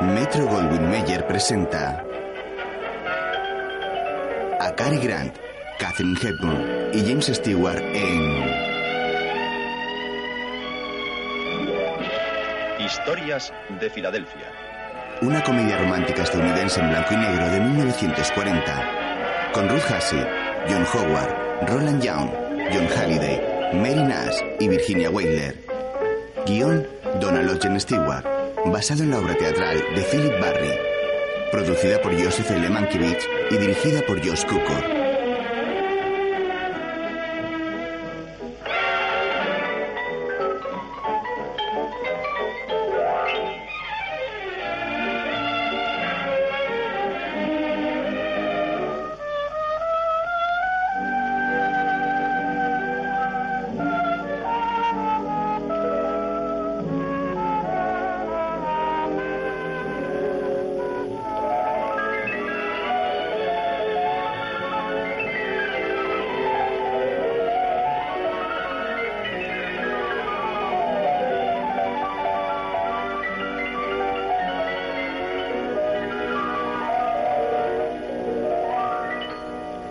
Metro Goldwyn Mayer presenta a Cary Grant, Catherine Hepburn y James Stewart en Historias de Filadelfia. una comedia romántica estadounidense en blanco y negro de 1940 con Ruth Hasey, John Howard, Roland Young, John Halliday, Mary Nash y Virginia Weidler. Guión Donald Ocean Stewart, basado en la obra teatral de Philip Barry, producida por Joseph L. Mankiewicz y dirigida por Josh Cukor.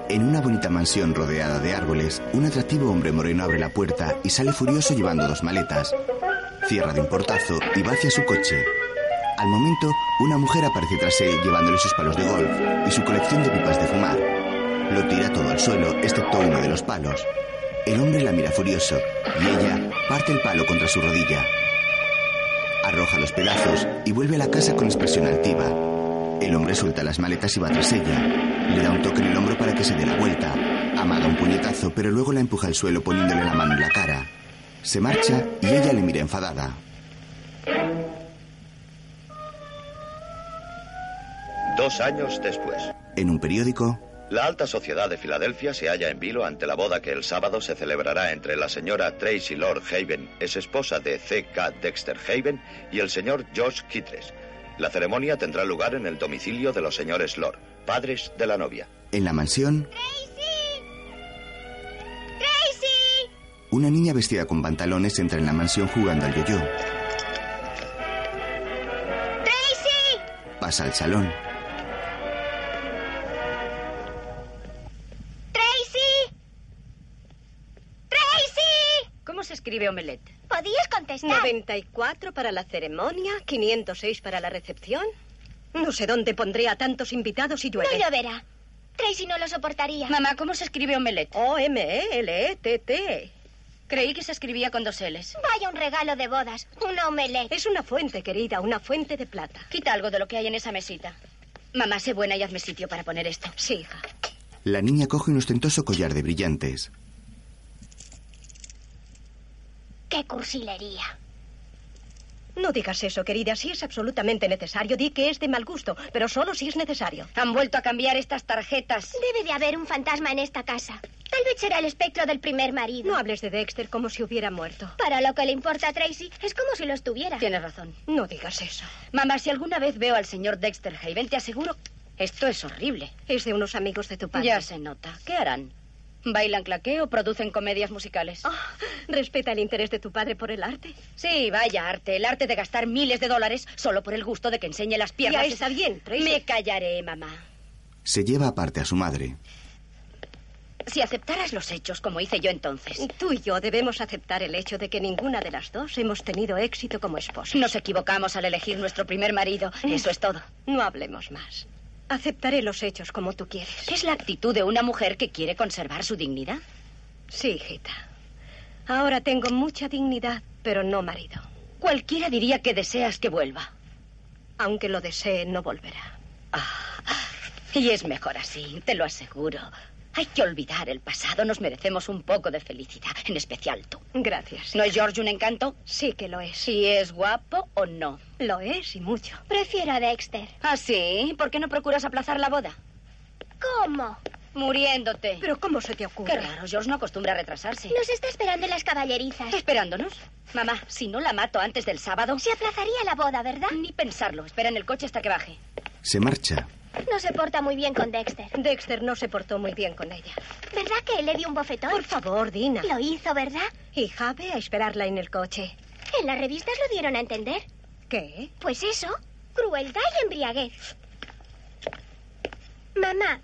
En una bonita mansión rodeada de árboles, un atractivo hombre moreno abre la puerta y sale furioso llevando dos maletas. Cierra de un portazo y va hacia su coche. Al momento, una mujer aparece tras él llevándole sus palos de golf y su colección de pipas de fumar. Lo tira todo al suelo, excepto uno de los palos. El hombre la mira furioso y ella parte el palo contra su rodilla. Arroja los pedazos y vuelve a la casa con expresión altiva. El hombre suelta las maletas y va tras ella. Le da un toque en el hombro para que se dé la vuelta. Amaga un puñetazo, pero luego la empuja al suelo poniéndole la mano en la cara. Se marcha y ella le mira enfadada. Dos años después, En un periódico, la alta sociedad de Filadelfia se halla en vilo ante la boda que el sábado se celebrará entre la señora Tracy Lord Haven, ex esposa de C.K. Dexter Haven, y el señor George Kittres. La ceremonia tendrá lugar en el domicilio de los señores Lord, padres de la novia. en la mansión, ¡Tracy! ¡Tracy! una niña vestida con pantalones entra en la mansión jugando al yo-yo. ¡Tracy! Pasa al salón. ¡Tracy! ¡Tracy! ¿Cómo se escribe omelette? ¿Podías contestar? 94 para la ceremonia, 506 para la recepción. No sé dónde pondré a tantos invitados si No llueve. lloverá. Tracy no lo soportaría. Mamá, ¿cómo se escribe omelette? E O-M-E-L-E-T-T. Creí que se escribía con dos L's. Vaya un regalo de bodas. Una omelette. Es una fuente, querida, una fuente de plata. Quita algo de lo que hay en esa mesita. Mamá, sé buena y hazme sitio para poner esto. Sí, hija. La niña coge un ostentoso collar de brillantes. ¡Qué cursilería! No digas eso, querida. Si es absolutamente necesario, di que es de mal gusto, pero solo si es necesario. Han vuelto a cambiar estas tarjetas. Debe de haber un fantasma en esta casa. Tal vez será el espectro del primer marido. No hables de Dexter como si hubiera muerto. Para lo que le importa a Tracy, es como si lo estuviera. Tienes razón. No digas eso. Mamá, si alguna vez veo al señor Dexter Haven, te aseguro... Esto es horrible. Es de unos amigos de tu padre. Ya se nota. ¿Qué harán? ¿Bailan claqué o producen comedias musicales? Oh, respeta el interés de tu padre por el arte. Sí, vaya arte. El arte de gastar miles de dólares solo por el gusto de que enseñe las piernas. Ya está bien, Tracy. Me callaré, mamá. Se lleva aparte a su madre. Si aceptaras los hechos como hice yo entonces, Tú y yo debemos aceptar el hecho de que ninguna de las dos hemos tenido éxito como esposas. Nos equivocamos al elegir nuestro primer marido. Eso es todo. No hablemos más. Aceptaré los hechos como tú quieres. ¿Es la actitud de una mujer que quiere conservar su dignidad? Sí, hijita. Ahora tengo mucha dignidad, pero no marido. Cualquiera diría que deseas que vuelva. Aunque lo desee, no volverá. Ah, Y es mejor así, te lo aseguro. Hay que olvidar el pasado. Nos merecemos un poco de felicidad, en especial tú. Gracias. ¿No es George un encanto? Sí que lo es. Si es guapo o no. Lo es y mucho. Prefiero a Dexter. ¿Ah, sí? ¿Por qué no procuras aplazar la boda? ¿Cómo? Muriéndote. Pero ¿cómo se te ocurre? qué raro, George no acostumbra a retrasarse. Nos está esperando en las caballerizas. Esperándonos. Mamá, si no la mato antes del sábado, Se aplazaría la boda, ¿verdad? ni pensarlo. Espera en el coche hasta que baje. Se marcha. No se porta muy bien con Dexter. Dexter no se portó muy bien con ella. ¿Verdad que le dio un bofetón? Por favor, Dina. Lo hizo, ¿verdad? Hija, ve a esperarla en el coche. En las revistas lo dieron a entender. ¿Qué? Pues eso. crueldad y embriaguez. Mamá,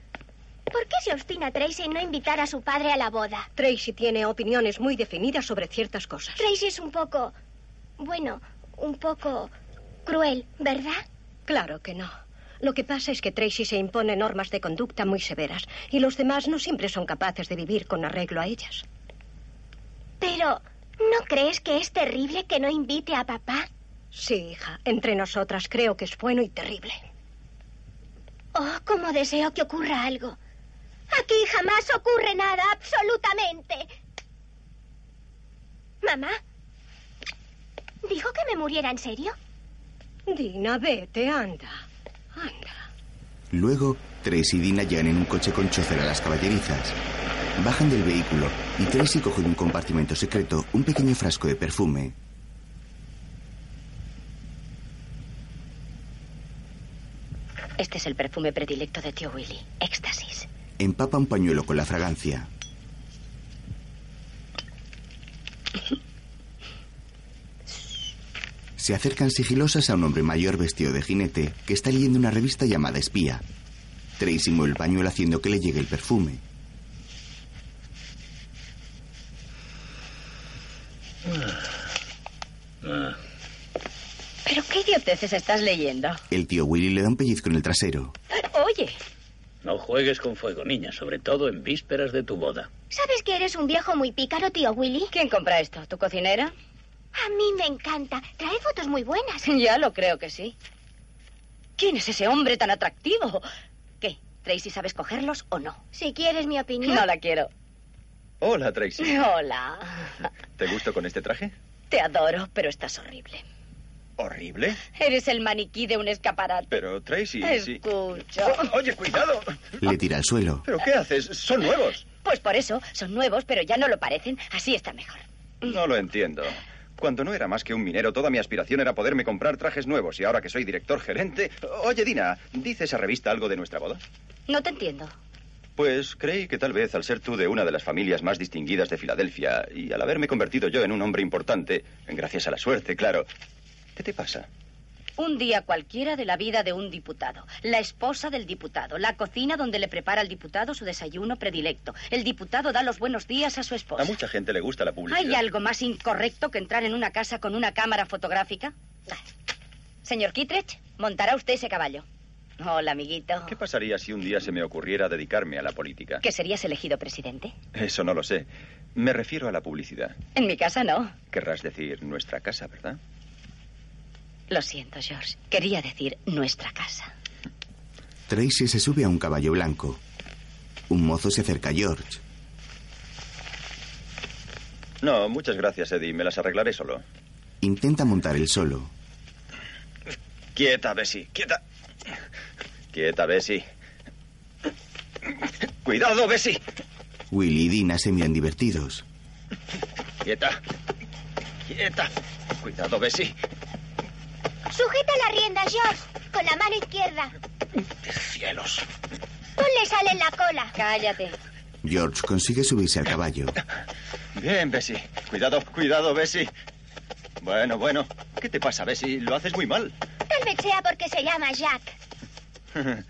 ¿por qué se obstina Tracy en no invitar a su padre a la boda? Tracy tiene opiniones muy definidas sobre ciertas cosas. Tracy es un poco... Bueno, un poco cruel, ¿verdad? Claro que no. Lo que pasa es que Tracy se impone normas de conducta muy severas y los demás no siempre son capaces de vivir con arreglo a ellas. Pero, ¿no crees que es terrible que no invite a papá? Sí, hija, entre nosotras creo que es bueno y terrible. Oh, cómo deseo que ocurra algo. Aquí jamás ocurre nada, absolutamente. Mamá, ¿dijo que me muriera en serio? Dina, vete, anda. Anda. Luego, Tracy y Dina llegan en un coche con chofer a las caballerizas. Bajan del vehículo y Tracy coge de un compartimento secreto un pequeño frasco de perfume. Este es el perfume predilecto de tío Willy, éxtasis. Empapa un pañuelo con la fragancia. Se acercan sigilosas a un hombre mayor vestido de jinete que está leyendo una revista llamada Espía. Tracy mueve el pañuelo haciendo que le llegue el perfume. Ah. ¿Pero qué idioteces estás leyendo? El tío Willy le da un pellizco en el trasero. Oye, No juegues con fuego, niña, sobre todo en vísperas de tu boda. ¿Sabes que eres un viejo muy pícaro, tío Willy? ¿quién compra esto? ¿Tu cocinera? A mí me encanta. Trae fotos muy buenas. Ya lo creo que sí. ¿Quién es ese hombre tan atractivo? ¿Qué? ¿Tracy sabes cogerlos o no? Si quieres mi opinión. No la quiero. Hola, Tracy. Hola. ¿Te gusto con este traje? Te adoro, pero estás horrible. ¿Horrible? Eres el maniquí de un escaparate. Pero, Tracy, sí. Escucho. Oye, cuidado. Le tira al suelo. ¿Pero qué haces? Son nuevos. Pues por eso, son nuevos, pero ya no lo parecen. Así está mejor. No lo entiendo. Cuando no era más que un minero, toda mi aspiración era poderme comprar trajes nuevos. Y ahora que soy director gerente. Oye, Dina, ¿dice esa revista algo de nuestra boda? No te entiendo. Pues creí que tal vez al ser tú de una de las familias más distinguidas de Filadelfia y al haberme convertido yo en un hombre importante, gracias a la suerte, claro. ¿Qué te pasa? Un día cualquiera de la vida de un diputado, la esposa del diputado, la cocina donde le prepara al diputado su desayuno predilecto. El diputado da los buenos días a su esposa. A mucha gente le gusta la publicidad. ¿Hay algo más incorrecto que entrar en una casa con una cámara fotográfica? Señor Kittredge, montará usted ese caballo. Hola, amiguito. ¿Qué pasaría si un día se me ocurriera dedicarme a la política? ¿Que serías elegido presidente? Eso no lo sé. Me refiero a la publicidad. En mi casa no. Querrás decir nuestra casa, ¿verdad? Lo siento, George. Quería decir nuestra casa. Tracy se sube a un caballo blanco. Un mozo se acerca a George. No, muchas gracias, Eddie. Me las arreglaré solo. Intenta montar él solo. Quieta, Bessie. Quieta. Quieta, Bessie. Cuidado, Bessie. Willy y Dina se miran divertidos. Quieta. Quieta. Cuidado, Bessie. Sujeta la rienda, George, con la mano izquierda. Cielos. Ponle sal en la cola. Cállate. George consigue subirse al caballo. Bien, Bessie. Cuidado, cuidado, Bessie. Bueno, bueno. ¿Qué te pasa, Bessie? Lo haces muy mal. Tal vez sea porque se llama Jack.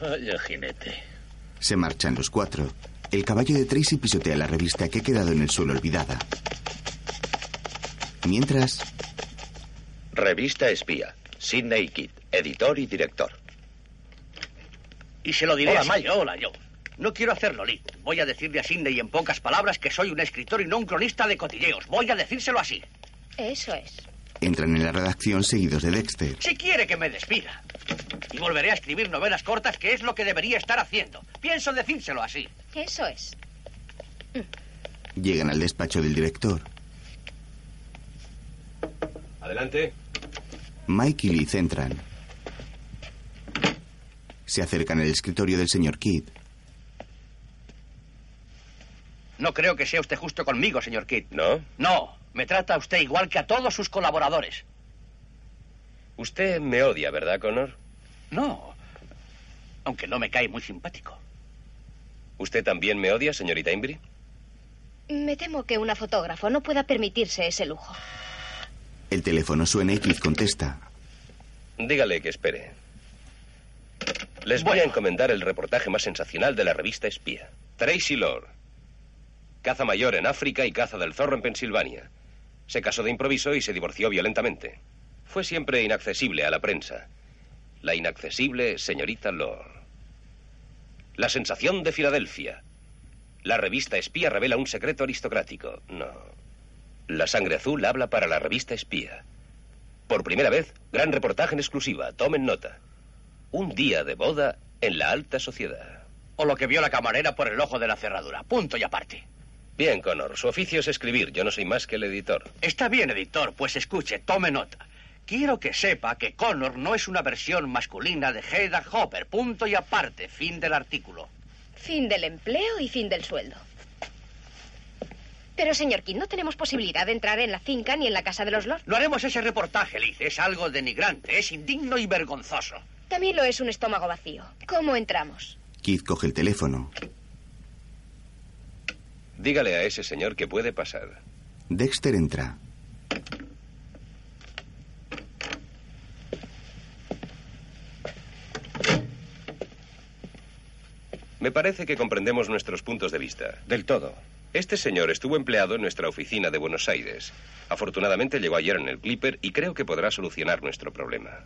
Vaya jinete. Se marchan los cuatro. El caballo de Tracy pisotea la revista que ha quedado en el suelo olvidada. Mientras, Revista Espía. Sidney Kidd, editor y director. Y se lo diré Hola, así, Mike. Hola, yo. No quiero hacerlo, Lee. Voy a decirle a Sidney en pocas palabras que soy un escritor y no un cronista de cotilleos. Voy a decírselo así. Eso es. entran en la redacción seguidos de Dexter. Si quiere que me despida. Y volveré a escribir novelas cortas, que es lo que debería estar haciendo. Pienso decírselo así. Eso es. Llegan al despacho del director. Adelante. Mike y Liz entran. Se acercan al escritorio del señor Kidd. No creo que sea usted justo conmigo, señor Kidd. ¿No? No, me trata usted igual que a todos sus colaboradores. Usted me odia, ¿verdad, Connor? No. Aunque no me cae muy simpático. ¿Usted también me odia, señorita Imbri? Me temo que una fotógrafo no pueda permitirse ese lujo. El El teléfono suena y Keith contesta. Dígale que espere. Les voy a encomendar el reportaje más sensacional de la revista Espía. Tracy Lord. Caza mayor en África y caza del zorro en Pensilvania. Se casó de improviso y se divorció violentamente. Fue siempre inaccesible a la prensa. La inaccesible señorita Lord. La sensación de Filadelfia. La revista Espía revela un secreto aristocrático. No. La sangre azul habla para la revista Espía. Por primera vez, gran reportaje en exclusiva. Tomen nota. Un día de boda en la alta sociedad. O lo que vio la camarera por el ojo de la cerradura. Punto y aparte. Bien, Connor, su oficio es escribir. Yo no soy más que el editor. Está bien, editor. Pues escuche, tome nota. Quiero que sepa que Connor no es una versión masculina de Hedda Hopper. Punto y aparte. Fin del artículo. Fin del empleo y fin del sueldo. Pero, señor King, no tenemos posibilidad de entrar en la finca ni en la casa de los Lord. No haremos ese reportaje, Liz. Es algo denigrante, es indigno y vergonzoso. También lo es un estómago vacío. ¿Cómo entramos? Keith coge el teléfono. Dígale a ese señor que puede pasar. Dexter entra. Me parece que comprendemos nuestros puntos de vista. Del todo. Este señor estuvo empleado en nuestra oficina de Buenos Aires. Afortunadamente llegó ayer en el Clipper y creo que podrá solucionar nuestro problema.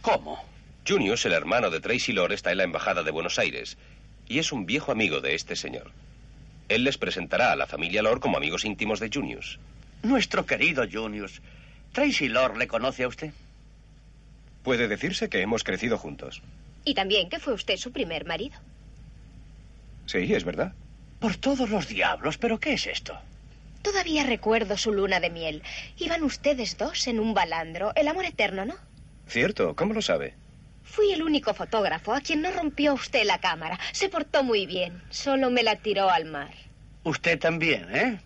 ¿Cómo? Junius, el hermano de Tracy Lord, está en la Embajada de Buenos Aires y es un viejo amigo de este señor. Él les presentará a la familia Lord como amigos íntimos de Junius. Nuestro querido Junius. ¿Tracy Lord le conoce a usted? Puede decirse que hemos crecido juntos. Y también que fue usted su primer marido. Sí, es verdad. Por todos los diablos, ¿pero qué es esto? Todavía recuerdo su luna de miel. Iban ustedes dos en un balandro. El amor eterno, ¿no? Cierto, ¿cómo lo sabe? Fui el único fotógrafo a quien no rompió usted la cámara. Se portó muy bien. Solo me la tiró al mar. Usted también, ¿eh?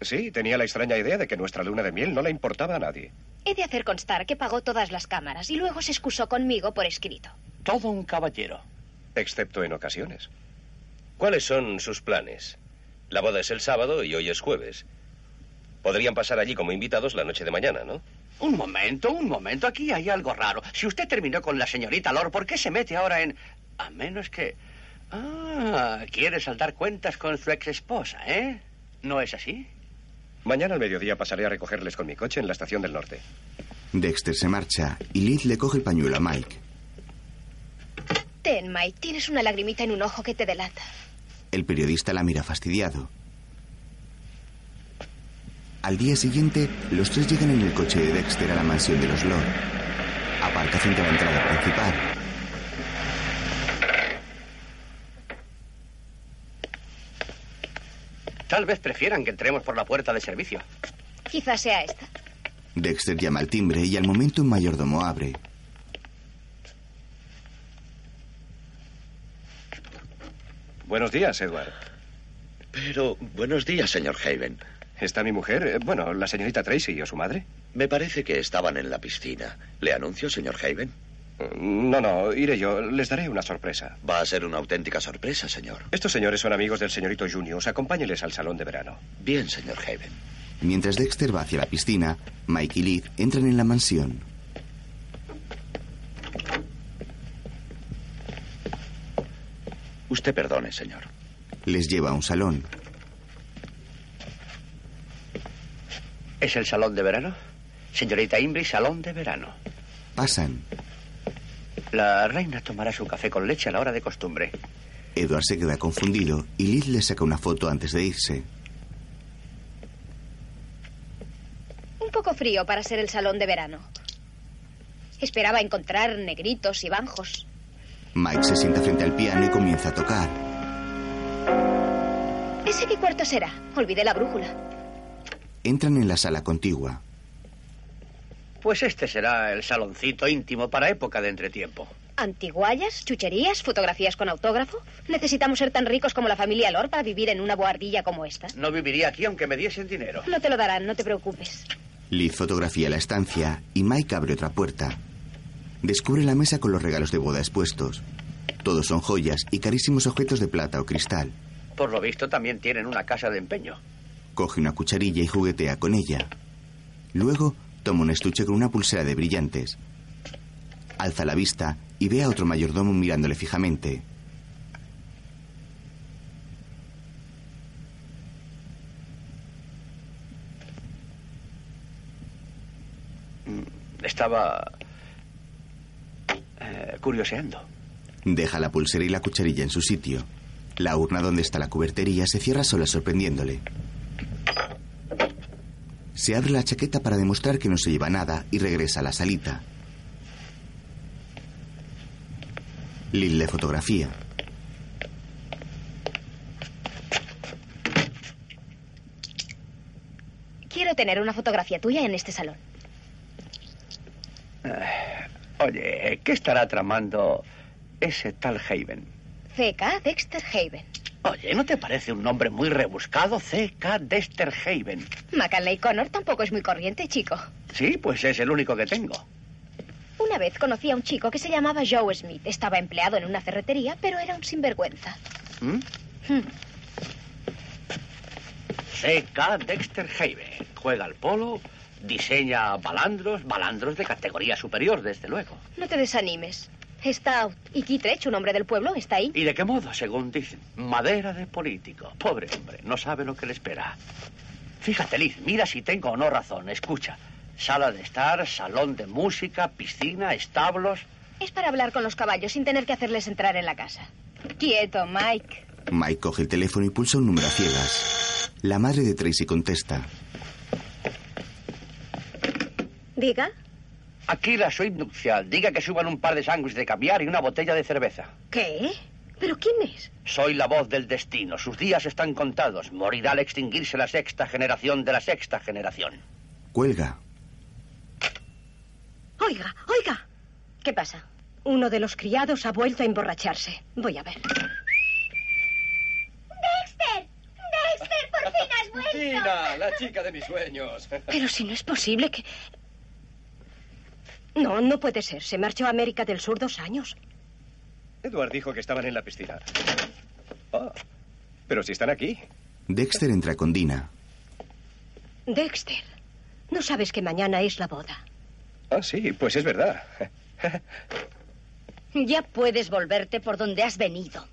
Sí, tenía la extraña idea de que nuestra luna de miel no le importaba a nadie. He de hacer constar que pagó todas las cámaras y luego se excusó conmigo por escrito. Todo un caballero. Excepto en ocasiones. ¿Cuáles son sus planes? La boda es el sábado y hoy es jueves. Podrían pasar allí como invitados la noche de mañana, ¿no? Un momento, un momento. Aquí hay algo raro. Si usted terminó con la señorita Lor, ¿por qué se mete ahora en... A menos que... Ah, quiere saldar cuentas con su ex esposa, ¿eh? ¿No es así? Mañana al mediodía pasaré a recogerles con mi coche en la estación del norte. Dexter se marcha y Liz le coge el pañuelo a Mike. Ten, Mike, tienes una lagrimita en un ojo que te delata. El periodista la mira fastidiado. Al día siguiente, los tres llegan en el coche de Dexter a la mansión de los Lord. Aparca frente a la entrada principal. Tal vez prefieran que entremos por la puerta de servicio. Quizás sea esta. Dexter llama al timbre y al momento un mayordomo abre. Buenos días, Edward. Pero, buenos días, señor Haven. ¿Está mi mujer? Eh, Bueno, la señorita Tracy o su madre. Me parece que estaban en la piscina. ¿Le anuncio, señor Haven? Mm, No, no, iré yo. Les daré una sorpresa. Va a ser una auténtica sorpresa, señor. Estos señores son amigos del señorito Junius. Acompáñeles al salón de verano. Bien, señor Haven. Mientras Dexter va hacia la piscina, Mike y Liz entran en la mansión. Usted perdone, señor. Les lleva a un salón. ¿Es el salón de verano? Señorita Imbri, salón de verano. Pasan. La reina tomará su café con leche a la hora de costumbre. Edward se queda confundido y Liz le saca una foto antes de irse. Un poco frío para ser el salón de verano. Esperaba encontrar negritos y banjos. Mike se sienta frente al piano y comienza a tocar. ¿Ese qué cuarto será? Olvidé la brújula. Entran en la sala contigua. Pues este será el saloncito íntimo para época de entretiempo. ¿Antiguallas? ¿Chucherías? ¿Fotografías con autógrafo? ¿Necesitamos ser tan ricos como la familia Lord para vivir en una boardilla como esta? No viviría aquí aunque me diesen dinero. No te lo darán, no te preocupes. Liz fotografía la estancia y Mike abre otra puerta. Descubre la mesa con los regalos de boda expuestos. Todos son joyas y carísimos objetos de plata o cristal. Por lo visto también tienen una casa de empeño. Coge una cucharilla y juguetea con ella. Luego toma un estuche con una pulsera de brillantes. Alza la vista y ve a otro mayordomo mirándole fijamente. Estaba eh, curioseando. Deja la pulsera y la cucharilla en su sitio. La urna donde está la cubertería se cierra sola sorprendiéndole. Se abre la chaqueta para demostrar que no se lleva nada y regresa a la salita. Lil le fotografía. Quiero tener una fotografía tuya en este salón. Eh, Oye, ¿qué estará tramando ese tal Haven? C.K. Dexter Haven. Oye, ¿no te parece un nombre muy rebuscado? C.K. Dexter Haven. Macaulay Connor tampoco es muy corriente, chico. Sí, pues es el único que tengo. Una vez conocí a un chico que se llamaba Joe Smith. Estaba empleado en una ferretería, pero era un sinvergüenza. ¿Mm? Hmm. C.K. Dexter Haven. Juega al polo, diseña balandros, balandros de categoría superior, desde luego. No te desanimes. Está out. Y Kittredge, un hombre del pueblo, está ahí. ¿Y de qué modo, según dicen? Madera de político. Pobre hombre, no sabe lo que le espera. Fíjate, Liz, mira si tengo o no razón. Escucha. Sala de estar, salón de música, piscina, establos. Es para hablar con los caballos sin tener que hacerles entrar en la casa. Quieto, Mike. Mike coge el teléfono y pulsa un número a ciegas. La madre de Tracy contesta. Diga, Aquí la suite nupcial. Diga que suban un par de sándwiches de caviar y una botella de cerveza. ¿qué? ¿Pero quién es? Soy la voz del destino. Sus días están contados. Morirá al extinguirse la sexta generación de la sexta generación. Cuelga. Oiga, oiga. ¿Qué pasa? Uno de los criados ha vuelto a emborracharse. Voy a ver. ¡Dexter! ¡Dexter, por fin has vuelto! Tina, la chica de mis sueños. Pero si no es posible que... No, no puede ser. Se marchó a América del Sur dos años. Edward dijo que estaban en la piscina. Ah, Oh, pero si están aquí. Dexter entra con Dina. Dexter, ¿no sabes que mañana es la boda? Ah, sí, pues es verdad. Ya puedes volverte por donde has venido.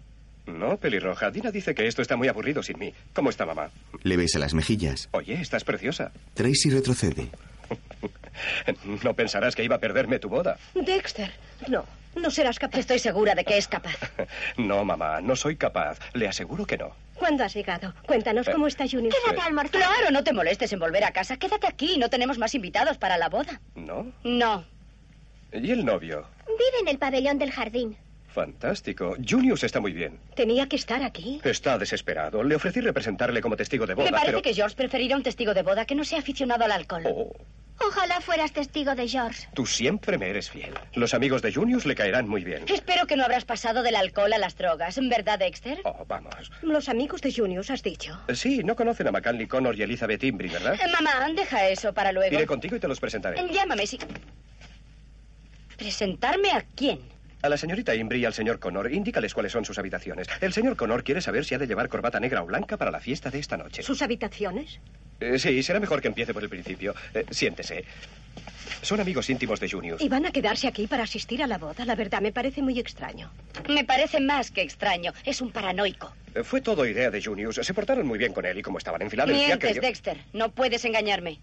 No, pelirroja. Dina dice que esto está muy aburrido sin mí. ¿Cómo está mamá? Le besa las mejillas. Oye, estás preciosa. Tracy retrocede. No pensarás que iba a perderme tu boda. Dexter, no, no serás capaz. Estoy segura de que es capaz. No, mamá, no soy capaz. Le aseguro que no. ¿Cuándo has llegado? Cuéntanos Eh. cómo está Junior. Quédate a almorzar. Claro, no te molestes en volver a casa. Quédate aquí. No tenemos más invitados para la boda. ¿No? No. ¿Y el novio? Vive en el pabellón del jardín. Fantástico. Junius está muy bien. Tenía que estar aquí. Está desesperado. Le ofrecí representarle como testigo de boda, Me parece pero... que George preferirá un testigo de boda que no sea aficionado al alcohol. Oh, Ojalá fueras testigo de George. tú siempre me eres fiel. Los amigos de Junius le caerán muy bien. Espero que no habrás pasado del alcohol a las drogas, ¿verdad, Dexter? Oh, vamos. Los amigos de Junius, has dicho. Sí, no conocen a McCanley Connor y Elizabeth Imbri, ¿verdad? Eh, mamá, deja eso para luego. Iré contigo y te los presentaré. Eh, Llámame si. ¿Presentarme a quién? A la señorita Imbri y al señor Connor, indícales cuáles son sus habitaciones. El señor Connor quiere saber si ha de llevar corbata negra o blanca para la fiesta de esta noche. ¿Sus habitaciones? Eh, sí, será mejor que empiece por el principio. Eh, siéntese. Son amigos íntimos de Junius. Y van a quedarse aquí para asistir a la boda. La verdad, me parece muy extraño. Me parece más que extraño. Es un paranoico. Eh, Fue todo idea de Junius. Se portaron muy bien con él y como estaban en Filadelfia... Mientes, creyó- Dexter. No puedes engañarme.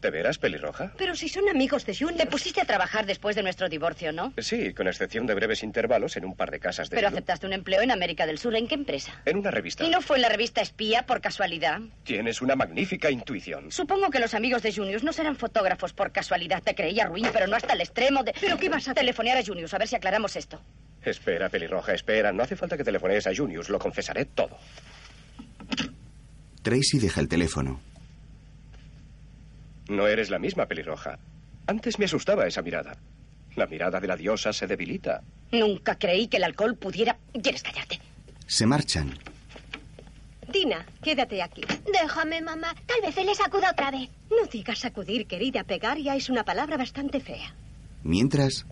¿Te verás pelirroja? Pero si son amigos de Junius. Te pusiste a trabajar después de nuestro divorcio, ¿no? Sí, con excepción de breves intervalos en un par de casas de... Pero club. aceptaste un empleo en América del Sur. ¿En qué empresa? En una revista. ¿Y no fue en la revista Espía por casualidad? Tienes una magnífica intuición. Supongo que los amigos de Junius no serán fotógrafos por casualidad. Te creía ruin, pero no hasta el extremo de. ¿Pero qué vas a telefonear a Junius a ver si aclaramos esto? Espera, pelirroja, espera. No hace falta que telefonees a Junius. Lo confesaré todo. Tracy deja el teléfono. No eres la misma pelirroja. Antes me asustaba esa mirada. La mirada de la diosa se debilita. Nunca creí que el alcohol pudiera. ¿Quieres callarte? Se marchan. Dina, quédate aquí. Déjame, mamá. Tal vez él le sacuda otra vez. No digas sacudir, querida. Pegar ya es una palabra bastante fea. Mientras,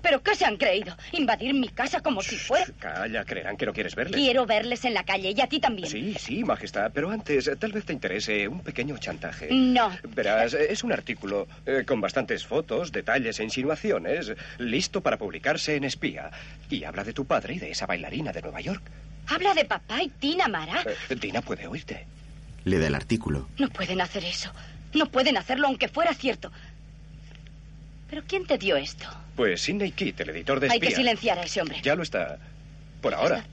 ¿Pero qué se han creído? ¿Invadir mi casa como si fuera? Calla, creerán que no quieres verles. Quiero verles en la calle y a ti también. Sí, sí, Majestad, pero antes eh, tal vez te interese un pequeño chantaje. No. Verás, eh, es un artículo eh, con bastantes fotos, detalles e insinuaciones, listo para publicarse en Espía. Y habla de tu padre y de esa bailarina de Nueva York. Habla de papá y Tina Mara. Eh, Dina puede oírte. Le da el artículo. No pueden hacer eso. No pueden hacerlo aunque fuera cierto. ¿Pero quién te dio esto? Pues Sidney Kitt, el editor de Hay Espía. que silenciar a ese hombre. Ya lo está. Por ahora.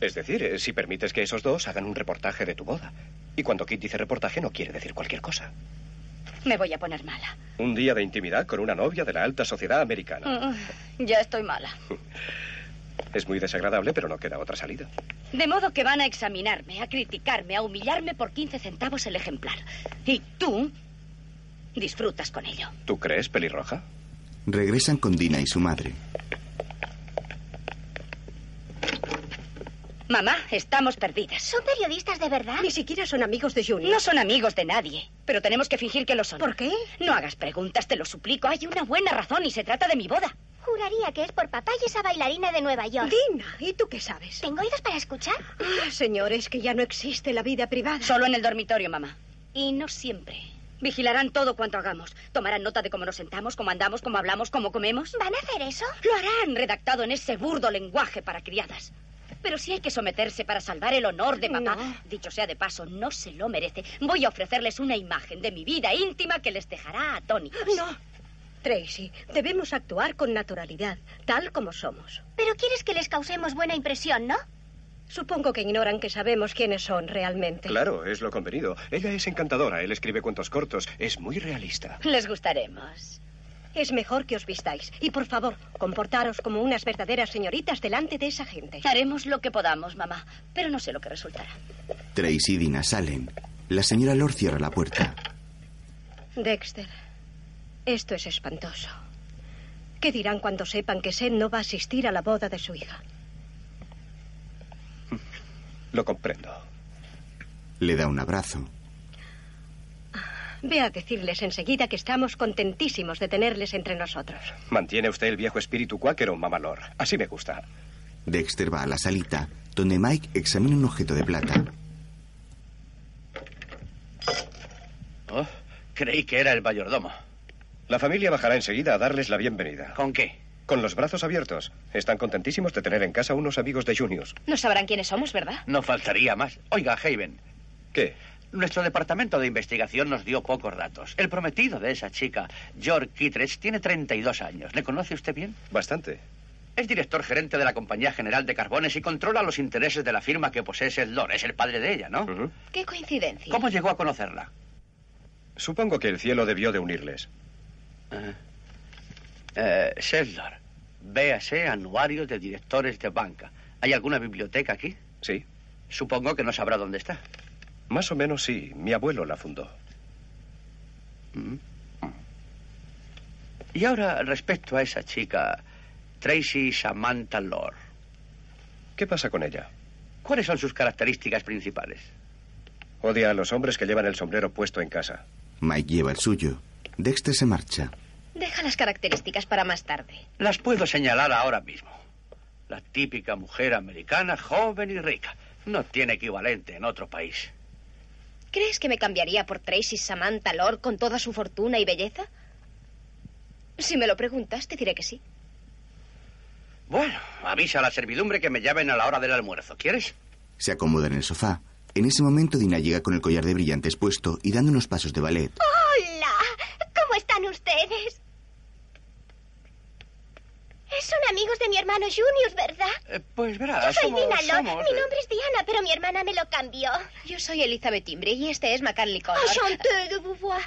Es decir, eh, si permites que esos dos hagan un reportaje de tu boda. Y cuando Kit dice reportaje no quiere decir cualquier cosa. Me voy a poner mala. Un día de intimidad con una novia de la alta sociedad americana. Mm, Ya estoy mala. Es muy desagradable, pero no queda otra salida. De modo que van a examinarme, a criticarme, a humillarme por 15 centavos el ejemplar. Y tú disfrutas con ello. ¿Tú crees, pelirroja? Regresan con Dina y su madre. Mamá, estamos perdidas. ¿Son periodistas de verdad? Ni siquiera son amigos de Junior. No son amigos de nadie, pero tenemos que fingir que lo son. ¿Por qué? No hagas preguntas, te lo suplico. Hay una buena razón y se trata de mi boda. Juraría que es por papá y esa bailarina de Nueva York. Dina, ¿y tú qué sabes? ¿Tengo oídos para escuchar? Ah, señores, que ya no existe la vida privada. Solo en el dormitorio, mamá. Y no siempre. Vigilarán todo cuanto hagamos. Tomarán nota de cómo nos sentamos, cómo andamos, cómo hablamos, cómo comemos. ¿Van a hacer eso? Lo harán redactado en ese burdo lenguaje para criadas. Pero si hay que someterse para salvar el honor de papá, dicho sea de paso, no se lo merece. Voy a ofrecerles una imagen de mi vida íntima que les dejará atónitos. No. Tracy, debemos actuar con naturalidad, tal como somos. Pero quieres que les causemos buena impresión, ¿no? Supongo que ignoran que sabemos quiénes son realmente. Claro, es lo convenido. Ella es encantadora, él escribe cuentos cortos, es muy realista. Les gustaremos. Es mejor que os vistáis. Y por favor, comportaros como unas verdaderas señoritas delante de esa gente. Haremos lo que podamos, mamá, pero no sé lo que resultará. Tracy y Dina salen. La señora Lord cierra la puerta. Dexter, esto es espantoso. ¿Qué dirán cuando sepan que Seth no va a asistir a la boda de su hija? Lo comprendo. Le da un abrazo. Ve a decirles enseguida que estamos contentísimos de tenerles entre nosotros. Mantiene usted el viejo espíritu cuáquero, mamá Lord. Así me gusta. Dexter va a la salita, donde Mike examina un objeto de plata. Oh, creí que era el mayordomo. La familia bajará enseguida a darles la bienvenida. ¿Con qué? Con los brazos abiertos. Están contentísimos de tener en casa unos amigos de Junius. No sabrán quiénes somos, ¿verdad? No faltaría más. Oiga, Haven, ¿Qué? nuestro departamento de investigación nos dio pocos datos. El prometido de esa chica, George Kittredge, tiene 32 años. ¿Le conoce usted bien? Bastante. Es director gerente de la Compañía General de Carbones y controla los intereses de la firma que posee Sedlor. Es el padre de ella, ¿no? Ujú. Qué coincidencia. ¿Cómo llegó a conocerla? Supongo que el cielo debió de unirles. Ah. Eh, Sedlor, véase anuario de directores de banca. ¿Hay alguna biblioteca aquí? Sí. Supongo que no sabrá dónde está. Más o menos sí. Mi abuelo la fundó. Mm. Y ahora, respecto a esa chica, Tracy Samantha Lore, ¿Qué pasa con ella? ¿cuáles son sus características principales? Odia a los hombres que llevan el sombrero puesto en casa. Mike lleva el suyo. Dexter se marcha. Deja las características para más tarde. Las puedo señalar ahora mismo. La típica mujer americana, joven y rica. No tiene equivalente en otro país. ¿Crees que me cambiaría por Tracy Samantha Lord con toda su fortuna y belleza? Si me lo preguntas, te diré que sí. Bueno, avisa a la servidumbre que me llamen a la hora del almuerzo. ¿Quieres? Se acomoda en el sofá. En ese momento Dina llega con el collar de brillantes puesto y dando unos pasos de ballet. ¡Hola! ¿Cómo están ustedes? Son amigos de mi hermano Junius, ¿verdad? Eh, pues verás, Yo soy somos- Dina Lord. somos, Mi eh, nombre es Diana, pero mi hermana me lo cambió. Yo soy Elizabeth Timbre y este es Macaulay Connor. Enchanté de vous voir.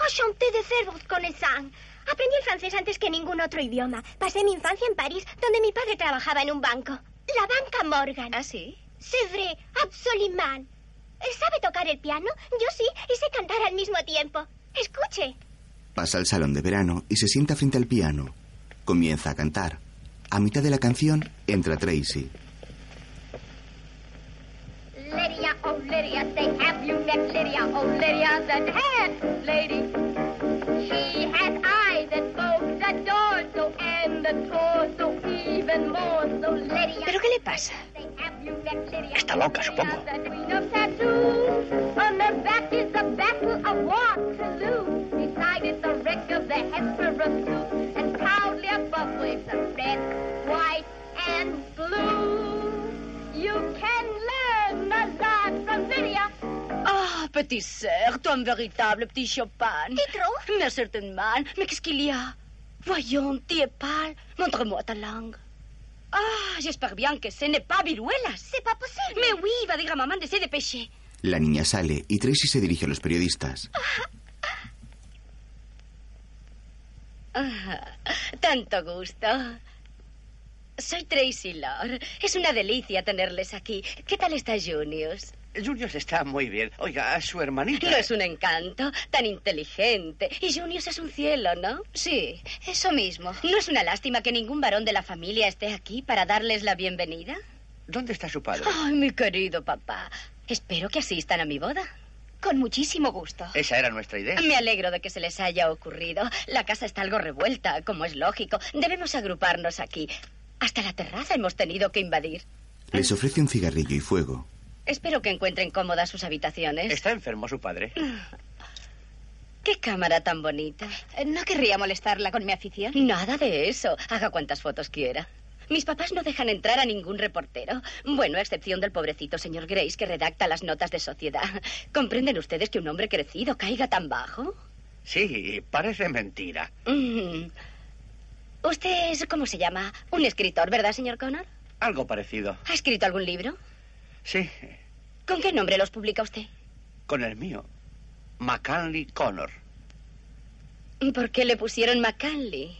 Enchanté de cervos con el sang. Aprendí el francés antes que ningún otro idioma. Pasé mi infancia en París, donde mi padre trabajaba en un banco. La banca Morgan. ¿Ah, sí? C'est vrai, absolument. ¿Sabe tocar el piano? Yo sí, y sé cantar al mismo tiempo. Escuche. Pasa al salón de verano y se sienta frente al piano. Comienza a cantar. A mitad de la canción entra Tracy. Lydia, oh Lydia, say have you met Lydia? Oh Lydia, that head lady. She had eyes that spoke, that door so and the toe. pasa? Está loca, supongo. On the back is the Battle of Waterloo. Beside is the wreck of the Hesperus, and proudly above waves the red, white, and blue. You can learn a lot from Lydia. Ah, petit cerf, toi un véritable petit Chopin. Dis donc. Mais certainement. Mais qu'est-ce qu'il y a Voyons, tu es pâle. Montre-moi ta langue. Ah, j'espère bien que ce n'est pas viruelas. C'est pas possible. Mais oui, va dire à maman de se dépêcher. La niña sale y Tracy se dirige a los periodistas. Ah, tanto gusto. Soy Tracy Lord. Es una delicia tenerles aquí. ¿Qué tal está Junius? Junius está muy bien. Oiga, a su hermanita. No es un encanto, tan inteligente. Y Junius es un cielo, ¿no? Sí, eso mismo. ¿No es una lástima que ningún varón de la familia esté aquí para darles la bienvenida? ¿Dónde está su padre? Ay, mi querido papá. Espero que asistan a mi boda. Con muchísimo gusto. Esa era nuestra idea. Me alegro de que se les haya ocurrido. La casa está algo revuelta, como es lógico. Debemos agruparnos aquí. Hasta la terraza hemos tenido que invadir. Les ofrece un cigarrillo y fuego. Espero que encuentren cómodas sus habitaciones. Está enfermo su padre. Qué cámara tan bonita. No querría molestarla con mi afición. Nada de eso. Haga cuantas fotos quiera. Mis papás no dejan entrar a ningún reportero. Bueno, a excepción del pobrecito señor Grace que redacta las notas de sociedad. ¿Comprenden ustedes que un hombre crecido caiga tan bajo? Sí, parece mentira. Mm. Usted es, ¿cómo se llama? Un escritor, ¿verdad, señor Connor? Algo parecido. ¿Ha escrito algún libro? Sí, ¿Con qué nombre los publica usted? con el mío. McCanley Connor. ¿Por qué le pusieron McCanley?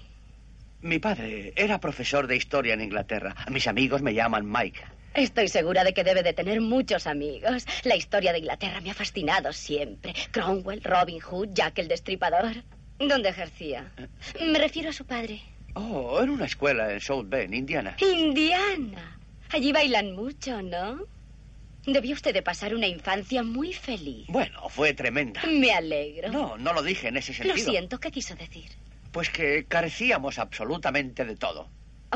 Mi padre era profesor de historia en Inglaterra. Mis amigos me llaman Mike. Estoy segura de que debe de tener muchos amigos. La historia de Inglaterra me ha fascinado siempre. Cromwell, Robin Hood, Jack el Destripador. ¿Dónde ejercía? Me refiero a su padre. Oh, en una escuela en South Bend, Indiana. Indiana. Allí bailan mucho, ¿no? Debió usted de pasar una infancia muy feliz. Bueno, fue tremenda. Me alegro. No, no lo dije en ese Lo sentido. siento, ¿qué quiso decir? Pues que carecíamos absolutamente de todo.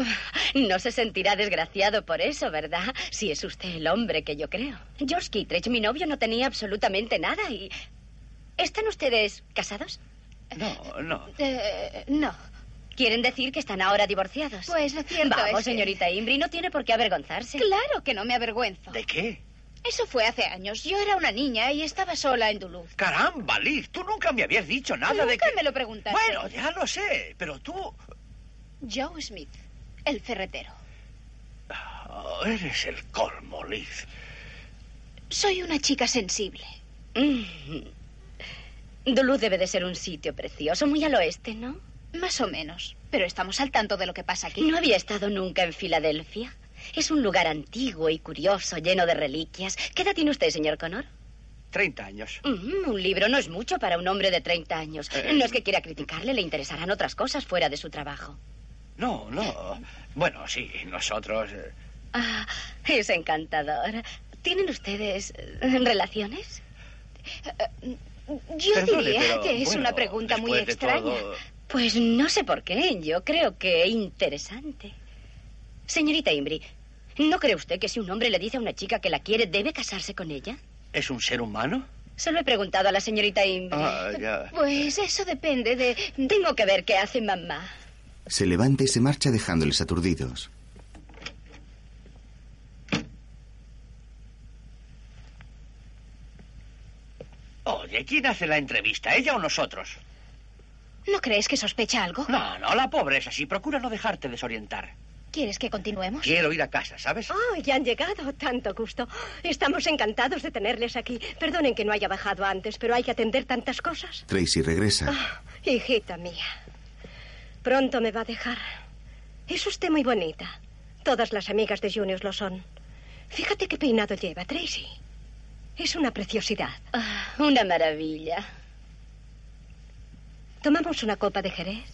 No se sentirá desgraciado por eso, ¿verdad? Si es usted el hombre que yo creo. George Kittredge, mi novio, no tenía absolutamente nada y... ¿Están ustedes casados? No, no. Eh, no. ¿Quieren decir que están ahora divorciados? Pues lo cierto es Vamos, que- señorita Imbri, no tiene por qué avergonzarse. Claro que no me avergüenzo. ¿De qué? Eso fue hace años. Yo era una niña y estaba sola en Duluth. Caramba, Liz, tú nunca me habías dicho nada de Nunca que... me lo preguntaste. Bueno, ya lo sé, pero tú... Joe Smith, el ferretero. Oh, eres el colmo, Liz. Soy una chica sensible. Mm. Duluth debe de ser un sitio precioso, muy al oeste, ¿no? Más o menos. Pero estamos al tanto de lo que pasa aquí. No había estado nunca en Filadelfia. Es un lugar antiguo y curioso, lleno de reliquias. ¿Qué edad tiene usted, señor Connor? Treinta años. Mm, un libro no es mucho para un hombre de 30 años. Eh, No es que quiera criticarle, le interesarán otras cosas fuera de su trabajo. No, no. Bueno, sí, nosotros... eh, Ah, es encantador. ¿Tienen ustedes eh, relaciones? Eh, Yo perdone, diría pero, que es bueno, una pregunta muy después de extraña. todo, Pues no sé por qué. Yo creo que interesante. Señorita Imbri, ¿no cree usted que si un hombre le dice a una chica que la quiere, debe casarse con ella? ¿Es un ser humano? Solo he preguntado a la señorita Imbri. Ah, ya. Pues eso depende de... Tengo que ver qué hace mamá. Se levanta y se marcha dejándoles aturdidos. Oye, ¿quién hace la entrevista, ella o nosotros? ¿No crees que sospecha algo? No, no, la pobre es así. Procura no dejarte desorientar. ¿Quieres que continuemos? Quiero ir a casa, ¿sabes? Oh, ya han llegado. Tanto gusto. Estamos encantados de tenerles aquí. Perdonen que no haya bajado antes, pero hay que atender tantas cosas. Tracy regresa. Ah, hijita mía. Pronto me va a dejar. Es usted muy bonita. Todas las amigas de Junius lo son. Fíjate qué peinado lleva, Tracy. Es una preciosidad. Ah, una maravilla. ¿Tomamos una copa de jerez?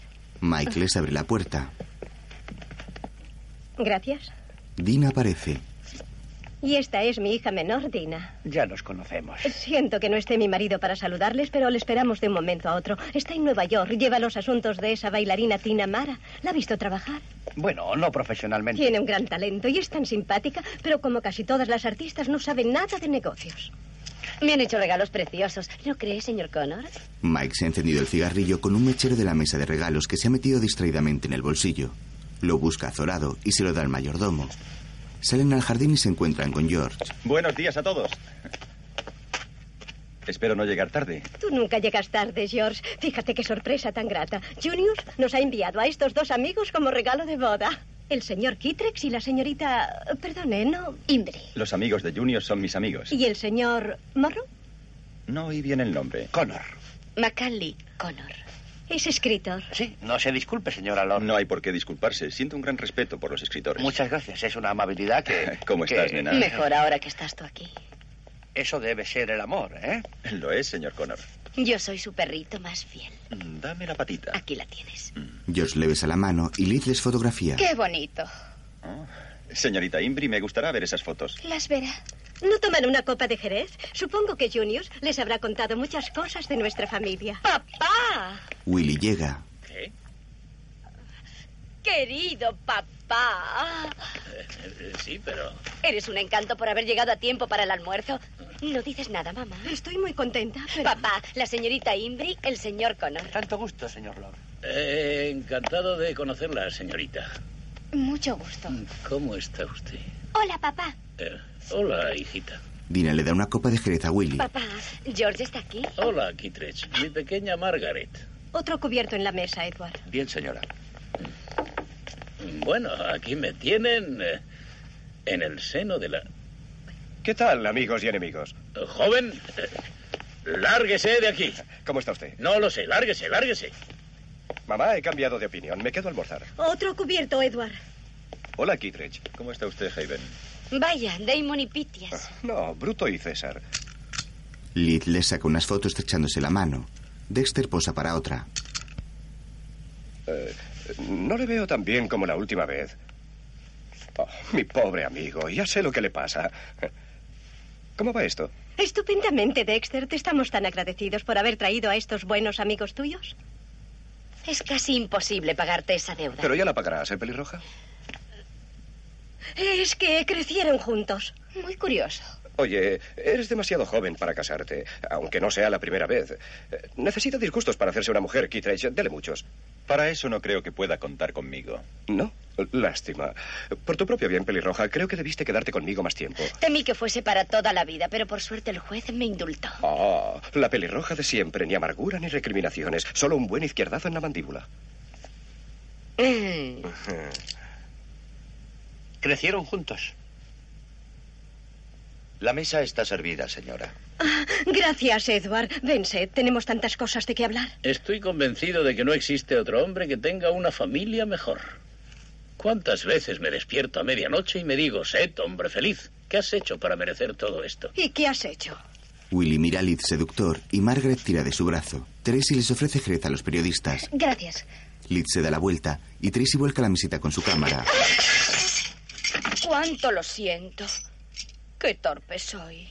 Mike les abre la puerta. Gracias. Dina aparece. Y esta es mi hija menor, Dina. Ya nos conocemos. Siento que no esté mi marido para saludarles, pero le esperamos de un momento a otro. Está en Nueva York, lleva los asuntos de esa bailarina Tina Mara. ¿La ha visto trabajar? Bueno, no profesionalmente. Tiene un gran talento y es tan simpática, pero como casi todas las artistas no sabe nada de negocios. Me han hecho regalos preciosos. ¿Lo cree, señor Connor? Mike se ha encendido el cigarrillo con un mechero de la mesa de regalos que se ha metido distraídamente en el bolsillo. Lo busca azorado y se lo da al mayordomo. Salen al jardín y se encuentran con George. Buenos días a todos. Espero no llegar tarde. Tú nunca llegas tarde, George. Fíjate qué sorpresa tan grata. Junius nos ha enviado a estos dos amigos como regalo de boda. El señor Kitrex y la señorita... Perdone, ¿no? Imbre. Los amigos de Junior son mis amigos. ¿Y el señor Morrow? No oí bien el nombre. Connor. Macaulay Connor. Es escritor. Sí, no se disculpe, señora Lord. No hay por qué disculparse. Siento un gran respeto por los escritores. Muchas gracias. Es una amabilidad que... ¿Cómo que- estás, nena? Mejor ahora que estás tú aquí. Eso debe ser el amor, ¿eh? Lo es, señor Connor. Yo soy su perrito más fiel. Mm, Dame la patita. Aquí la tienes. George le besa la mano y Liz les fotografía. Qué bonito. Señorita Imbri, me gustará ver esas fotos. Las verá. ¿No toman una copa de Jerez? Supongo que Junius les habrá contado muchas cosas de nuestra familia. ¡Papá! Willy llega. Querido papá. Eh, sí, pero... Eres un encanto por haber llegado a tiempo para el almuerzo. No dices nada, mamá. Estoy muy contenta. Papá, la señorita Imbri, el señor Connor. Tanto gusto, señor Lord. Eh, encantado de conocerla, señorita. Mucho gusto. Mm. ¿Cómo está usted? Hola, papá. Eh, hola, hijita. Dina le da una copa de Jerez a Willy. Papá, George está aquí. Hola, Kittredge. Mi pequeña Margaret. Otro cubierto en la mesa, Edward. Bien, señora. Bueno, aquí me tienen eh, en el seno de la... ¿Qué tal, amigos y enemigos? Joven, eh, lárguese de aquí. ¿Cómo está usted? No lo sé, lárguese, lárguese. Mamá, he cambiado de opinión. Me quedo a almorzar. Otro cubierto, Edward. Hola, Kittredge. ¿Cómo está usted, Haven? Vaya, Damon y Pitias. No, Bruto y César. Liz les saca unas fotos estrechándose la mano. Dexter posa para otra. Eh, no le veo tan bien como la última vez. Oh, mi pobre amigo, ya sé lo que le pasa. ¿Cómo va esto? Estupendamente, Dexter. Te estamos tan agradecidos por haber traído a estos buenos amigos tuyos. Es casi imposible pagarte esa deuda. Pero ya la pagarás, ¿eh, pelirroja? Es que crecieron juntos. Muy curioso. Oye, eres demasiado joven para casarte, aunque no sea la primera vez. Eh, Necesita disgustos para hacerse una mujer, Kittredge. Dele muchos. Para eso no creo que pueda contar conmigo. No, lástima. Por tu propio bien, pelirroja, creo que debiste quedarte conmigo más tiempo. Temí que fuese para toda la vida, pero por suerte el juez me indultó. Oh, la pelirroja de siempre, ni amargura ni recriminaciones, solo un buen izquierdazo en la mandíbula. Mm. Crecieron juntos. La mesa está servida, señora. Ah, Gracias, Edward. Vense, tenemos tantas cosas de qué hablar. Estoy convencido de que no existe otro hombre que tenga una familia mejor. ¿Cuántas veces me despierto a medianoche y me digo, Seth, hombre feliz, ¿qué has hecho para merecer todo esto? ¿Y qué has hecho? Willy mira a Liz seductor y Margaret tira de su brazo. Tracy les ofrece Jerez a los periodistas. Gracias. Liz se da la vuelta y Tracy vuelca la mesita con su cámara. ¿Cuánto lo siento? Qué torpe soy.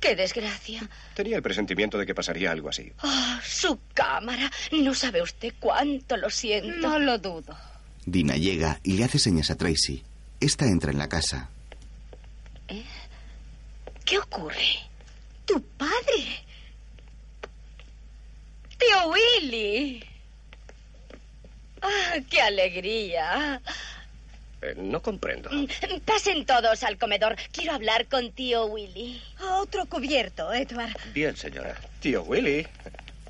Qué desgracia. Tenía el presentimiento de que pasaría algo así. Ah, su cámara. No sabe usted cuánto lo siento. No lo dudo. Dina llega y le hace señas a Tracy. Esta entra en la casa. ¿Eh? ¿Qué ocurre? Tu padre. Tío Willy. Ah, qué alegría. Eh, no comprendo. Mm, Pasen todos al comedor. Quiero hablar con tío Willy. Otro cubierto, Edward. Bien, señora. Tío Willy,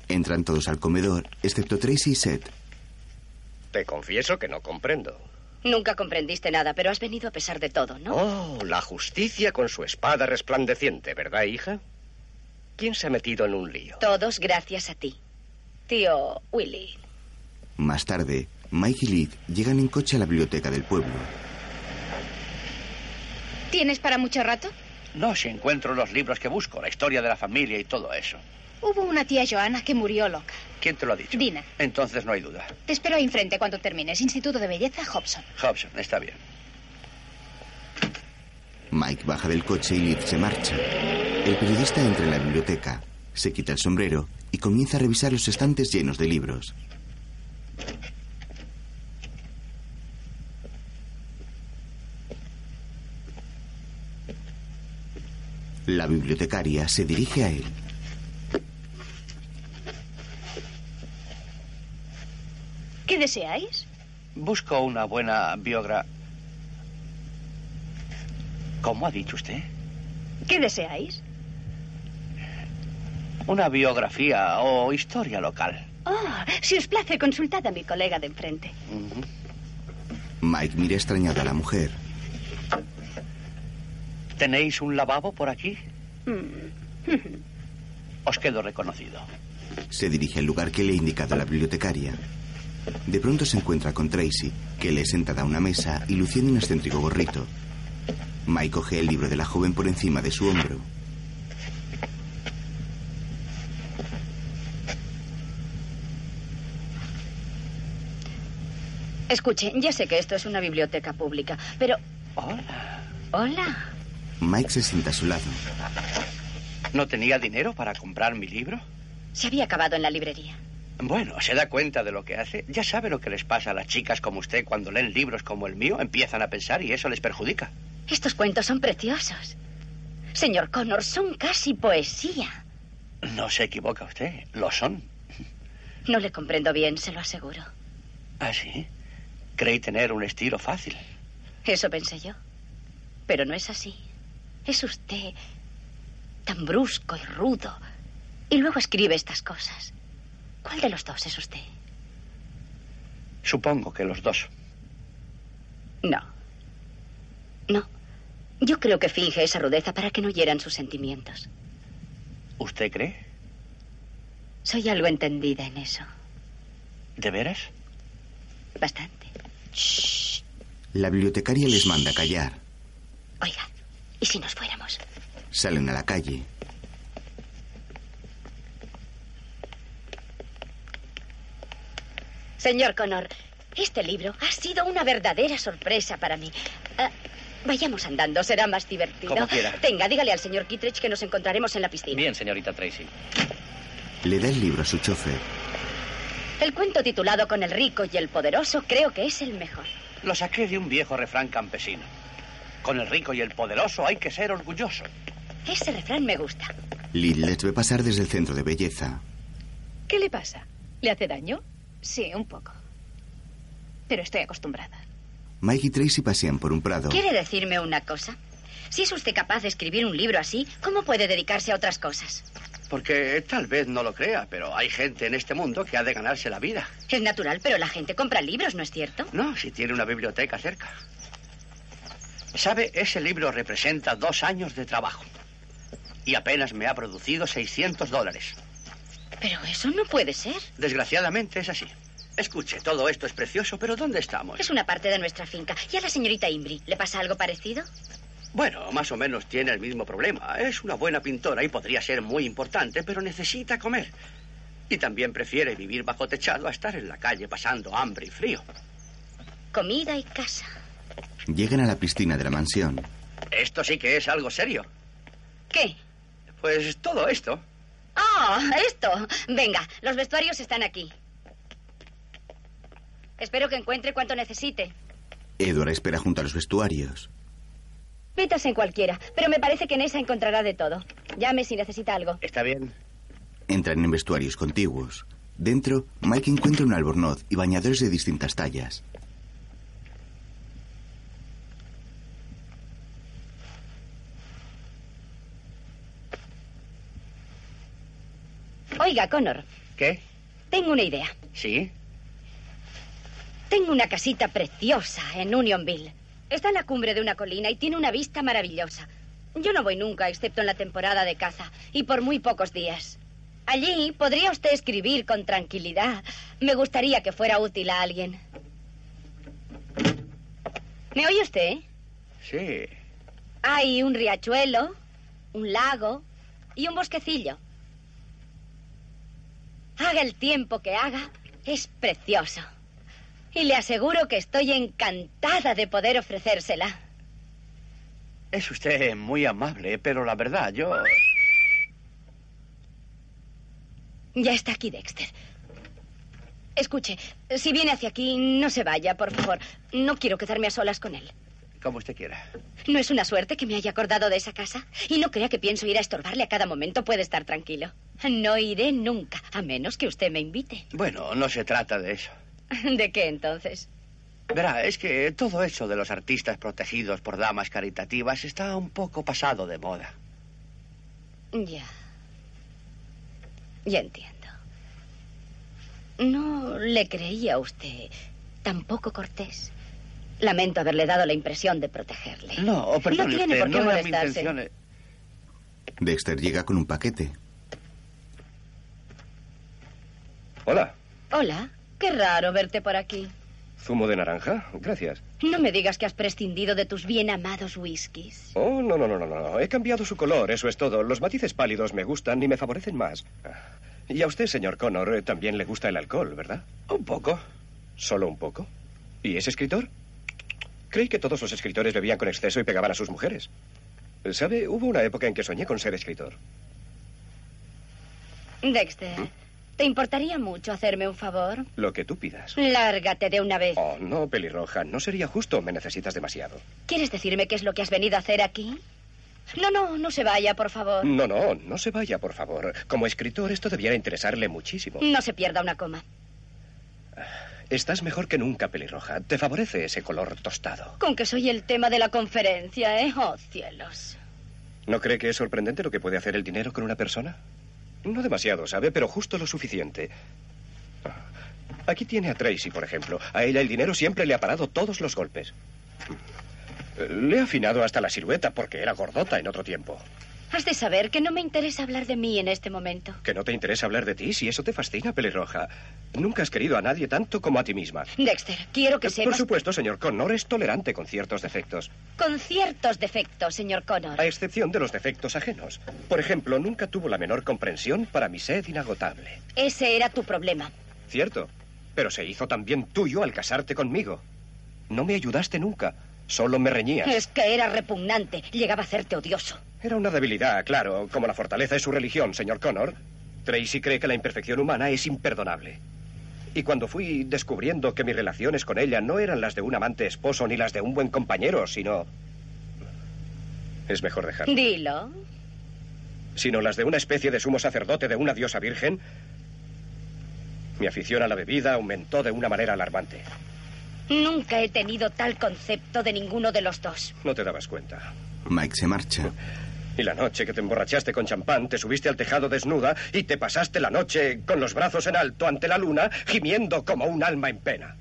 Entran todos al comedor, excepto Tracy y Seth. te confieso que no comprendo. Nunca comprendiste nada, pero has venido a pesar de todo, ¿no? Oh, la justicia con su espada resplandeciente, ¿verdad, hija? ¿Quién se ha metido en un lío? Todos gracias a ti. Tío Willy. Más tarde, Mike y Liz llegan en coche a la biblioteca del pueblo. ¿Tienes para mucho rato? No, si encuentro los libros que busco, la historia de la familia y todo eso. Hubo una tía Joana que murió loca. ¿Quién te lo ha dicho? Dina. Entonces no hay duda. Te espero ahí enfrente cuando termines. Instituto de Belleza Hobson. Hobson, está bien. Mike baja del coche y Liv se marcha. El periodista entra en la biblioteca, se quita el sombrero y comienza a revisar los estantes llenos de libros. La bibliotecaria se dirige a él. ¿Qué deseáis? Busco una buena biogra... ¿Cómo ha dicho usted? ¿Qué deseáis? Una biografía o historia local. Oh, si os place, consultad a mi colega de enfrente. Mike mira extrañado a la mujer. ¿Tenéis un lavabo por aquí? Mm. Os quedo reconocido. Se dirige al lugar que le ha indicado la bibliotecaria. De pronto se encuentra con Tracy, que le es sentada a una mesa y luciendo un excéntrico gorrito. Mike coge el libro de la joven por encima de su hombro. Escuche, ya sé que esto es una biblioteca pública, pero... Hola. Hola. Mike se sienta a su lado. ¿No tenía dinero para comprar mi libro? Se había acabado en la librería. Bueno, ¿se da cuenta de lo que hace? Ya sabe lo que les pasa a las chicas como usted cuando leen libros como el mío, empiezan a pensar y eso les perjudica. Estos cuentos son preciosos. Señor Connor, son casi poesía. No se equivoca usted, lo son. No le comprendo bien, se lo aseguro. ¿Ah, sí? Creí tener un estilo fácil. Eso pensé yo. Pero no es así. Es usted tan brusco y rudo. Y luego escribe estas cosas. ¿Cuál de los dos es usted? Supongo que los dos. No. No. Yo creo que finge esa rudeza para que no hieran sus sentimientos. ¿Usted cree? Soy algo entendida en eso. ¿De veras? Bastante. La bibliotecaria les manda a callar. Oiga, ¿y si nos fuéramos? Salen a la calle. Señor Connor, este libro ha sido una verdadera sorpresa para mí. Ah, vayamos andando, será más divertido. Como quiera. Tenga, dígale al señor Kittredge que nos encontraremos en la piscina. Bien, señorita Tracy. Le da el libro a su chofer. El cuento titulado Con el rico y el poderoso creo que es el mejor. Lo saqué de un viejo refrán campesino. Con el rico y el poderoso hay que ser orgulloso. Ese refrán me gusta. Lid les ve pasar desde el centro de belleza. ¿Qué le pasa? ¿Le hace daño? Sí, un poco. Pero estoy acostumbrada. Mike y Tracy pasean por un prado. ¿Quiere decirme una cosa? Si es usted capaz de escribir un libro así, ¿cómo puede dedicarse a otras cosas? Porque tal vez no lo crea, pero hay gente en este mundo que ha de ganarse la vida. Es natural, pero la gente compra libros, ¿no es cierto? No, si tiene una biblioteca cerca. ¿Sabe? Ese libro representa dos años de trabajo. Y apenas me ha producido 600 dólares. Pero eso no puede ser. Desgraciadamente es así. Escuche, todo esto es precioso, pero ¿dónde estamos? Es una parte de nuestra finca. ¿Y a la señorita Imbri le pasa algo parecido? Bueno, más o menos tiene el mismo problema. Es una buena pintora y podría ser muy importante, pero necesita comer. Y también prefiere vivir bajo techado a estar en la calle pasando hambre y frío. Comida y casa. Llegan a la piscina de la mansión. Esto sí que es algo serio. ¿Qué? Pues todo esto. ¡Oh, esto! Venga, los vestuarios están aquí. Espero que encuentre cuanto necesite. Edward espera junto a los vestuarios. Métase en cualquiera, pero me parece que en esa encontrará de todo. Llame si necesita algo. Está bien. Entran en vestuarios contiguos. Dentro, Mike encuentra un albornoz y bañadores de distintas tallas. Oiga, Connor, ¿Qué? tengo una idea. ¿Sí? Tengo una casita preciosa en Unionville. Está en la cumbre de una colina y tiene una vista maravillosa. Yo no voy nunca, excepto en la temporada de caza, y por muy pocos días. Allí podría usted escribir con tranquilidad. Me gustaría que fuera útil a alguien. ¿Me oye usted? Sí. Hay un riachuelo, un lago y un bosquecillo. Haga el tiempo que haga, es precioso. Y le aseguro que estoy encantada de poder ofrecérsela. Es usted muy amable, pero la verdad, yo... Ya está aquí Dexter. Escuche, si viene hacia aquí, no se vaya, por favor. No quiero quedarme a solas con él. Como usted quiera. ¿No es una suerte que me haya acordado de esa casa? Y no crea que pienso ir a estorbarle a cada momento. Puede estar tranquilo. No iré nunca, a menos que usted me invite. Bueno, no se trata de eso. ¿De qué entonces? Verá, es que todo eso de los artistas protegidos por damas caritativas está un poco pasado de moda. Ya. Ya entiendo. No le creía a usted tampoco cortés. Lamento haberle dado la impresión de protegerle. No, no perdone tiene usted, por qué no era mi molestarse. intención. eh. Dexter llega con un paquete. Hola, Hola, qué raro verte por aquí. zumo de naranja. Gracias. No me digas que has prescindido de tus bien amados whiskies. Oh, no, no, no, no, no. He cambiado su color, eso es todo. Los matices pálidos me gustan y me favorecen más. Ah. Y a usted, señor Connor, eh, también le gusta el alcohol, ¿verdad? Un poco. ¿Solo un poco? ¿Y es escritor? Creí que todos los escritores bebían con exceso y pegaban a sus mujeres. ¿Sabe? Hubo una época en que soñé con ser escritor. Dexter, ¿Eh? ¿te importaría mucho hacerme un favor? Lo que tú pidas. Lárgate de una vez. Oh, no, pelirroja, no sería justo. Me necesitas demasiado. ¿Quieres decirme qué es lo que has venido a hacer aquí? No, no, no se vaya, por favor. No, no, no se vaya, por favor. Como escritor, esto debiera interesarle muchísimo. No se pierda una coma. Estás mejor que nunca, pelirroja. Te favorece ese color tostado. Con que soy el tema de la conferencia, ¿eh? Oh, cielos. ¿No cree que es sorprendente lo que puede hacer el dinero con una persona? No demasiado, ¿sabe? Pero justo lo suficiente. Aquí tiene a Tracy, por ejemplo. A ella el dinero siempre le ha parado todos los golpes. Le ha afinado hasta la silueta porque era gordota en otro tiempo. Has de saber que no me interesa hablar de mí en este momento. Que no te interesa hablar de ti si eso te fascina, pelirroja. Nunca has querido a nadie tanto como a ti misma. Dexter, quiero que Eh, Por sepas... supuesto, señor Connor es tolerante con ciertos defectos, Con ciertos defectos, señor Connor. a excepción de los defectos ajenos. Por ejemplo, nunca tuvo la menor comprensión para mi sed inagotable. Ese era tu problema. Cierto, pero se hizo también tuyo al casarte conmigo. No me ayudaste nunca, solo me reñías. Es que era repugnante. Llegaba a hacerte odioso. Era una debilidad, claro, como la fortaleza es su religión, señor Connor. Tracy cree que la imperfección humana es imperdonable. Y cuando fui descubriendo que mis relaciones con ella no eran las de un amante esposo ni las de un buen compañero, sino... Es mejor dejarlo. Dilo. Sino las de una especie de sumo sacerdote de una diosa virgen, mi afición a la bebida aumentó de una manera alarmante. Nunca he tenido tal concepto de ninguno de los dos. No te dabas cuenta. Mike se marcha. Y la noche que te emborrachaste con champán, te subiste al tejado desnuda y te pasaste la noche con los brazos en alto ante la luna, gimiendo como un alma en pena.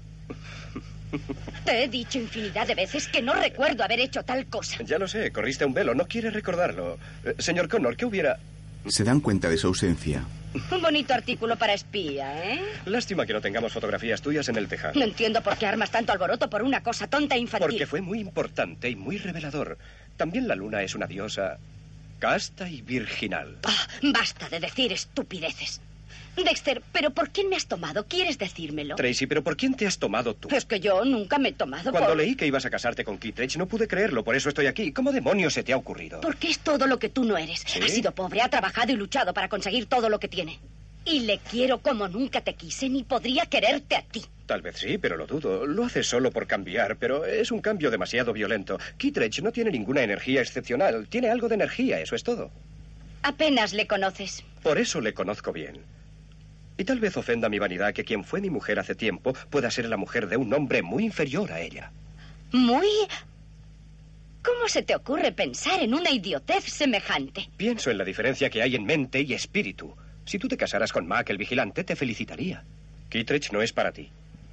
Te he dicho infinidad de veces que no recuerdo haber hecho tal cosa. Ya lo sé, corriste un velo, no quiere recordarlo. Eh, señor Connor, ¿qué hubiera...? Se dan cuenta de su ausencia. Un bonito artículo para espía, ¿eh? Lástima que no tengamos fotografías tuyas en el tejado. No entiendo por qué armas tanto alboroto por una cosa tonta e infantil. Porque fue muy importante y muy revelador. También la luna es una diosa casta y virginal. Ah, basta de decir estupideces. Dexter, ¿pero por quién me has tomado? ¿Quieres decírmelo? Tracy, ¿pero por quién te has tomado tú? Es que yo nunca me he tomado Cuando por... leí que ibas a casarte con Kittredge no pude creerlo, por eso estoy aquí. ¿Cómo demonios se te ha ocurrido? Porque es todo lo que tú no eres. ¿Sí? Ha sido pobre, ha trabajado y luchado para conseguir todo lo que tiene. Y le quiero como nunca te quise, ni podría quererte a ti. Tal vez sí, pero lo dudo. Lo hace solo por cambiar, pero es un cambio demasiado violento. Kittredge no tiene ninguna energía excepcional. Tiene algo de energía, eso es todo. Apenas le conoces. Por eso le conozco bien. Y tal vez ofenda mi vanidad que quien fue mi mujer hace tiempo pueda ser la mujer de un hombre muy inferior a ella. Muy... ¿Cómo se te ocurre pensar en una idiotez semejante? Pienso en la diferencia que hay en mente y espíritu. Si tú te casaras con Mac, el vigilante, te felicitaría. Kittredge no es para ti.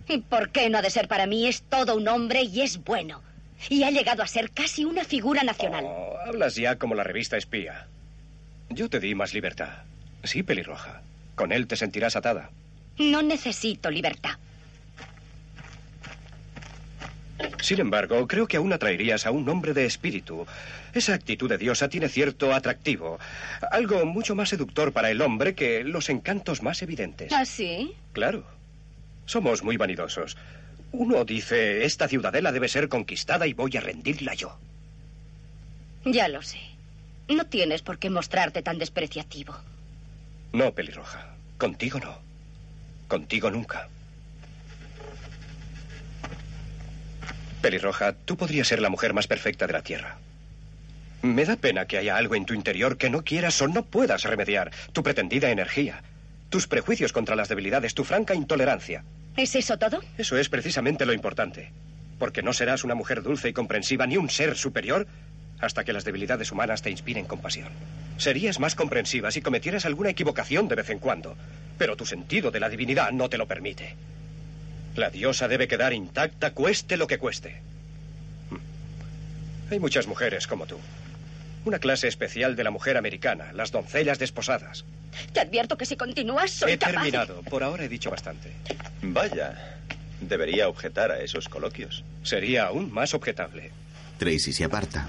¿Y por qué no ha de ser para mí? Es todo un hombre y es bueno. Y ha llegado a ser casi una figura nacional. Oh, hablas ya como la revista espía. Yo te di más libertad. Sí, pelirroja. Con él te sentirás atada. No necesito libertad. Sin embargo, creo que aún atraerías a un hombre de espíritu. Esa actitud de diosa tiene cierto atractivo. Algo mucho más seductor para el hombre que los encantos más evidentes. ¿Ah, sí? Claro. Somos muy vanidosos. Uno dice, esta ciudadela debe ser conquistada y voy a rendirla yo. Ya lo sé. No tienes por qué mostrarte tan despreciativo. No, pelirroja. Contigo no. Contigo nunca. Pelirroja, tú podrías ser la mujer más perfecta de la Tierra. Me da pena que haya algo en tu interior que no quieras o no puedas remediar. Tu pretendida energía, tus prejuicios contra las debilidades, tu franca intolerancia. ¿Es eso todo? Eso es precisamente lo importante. Porque no serás una mujer dulce y comprensiva ni un ser superior hasta que las debilidades humanas te inspiren compasión. Serías más comprensiva si cometieras alguna equivocación de vez en cuando, pero tu sentido de la divinidad no te lo permite. La diosa debe quedar intacta, cueste lo que cueste. Hmm. Hay muchas mujeres como tú. Una clase especial de la mujer americana, las doncellas desposadas. Te advierto que si continúas soy he capaz de- terminado. Por ahora he dicho bastante. Vaya, debería objetar a esos coloquios. Sería aún más objetable. Tracy se aparta.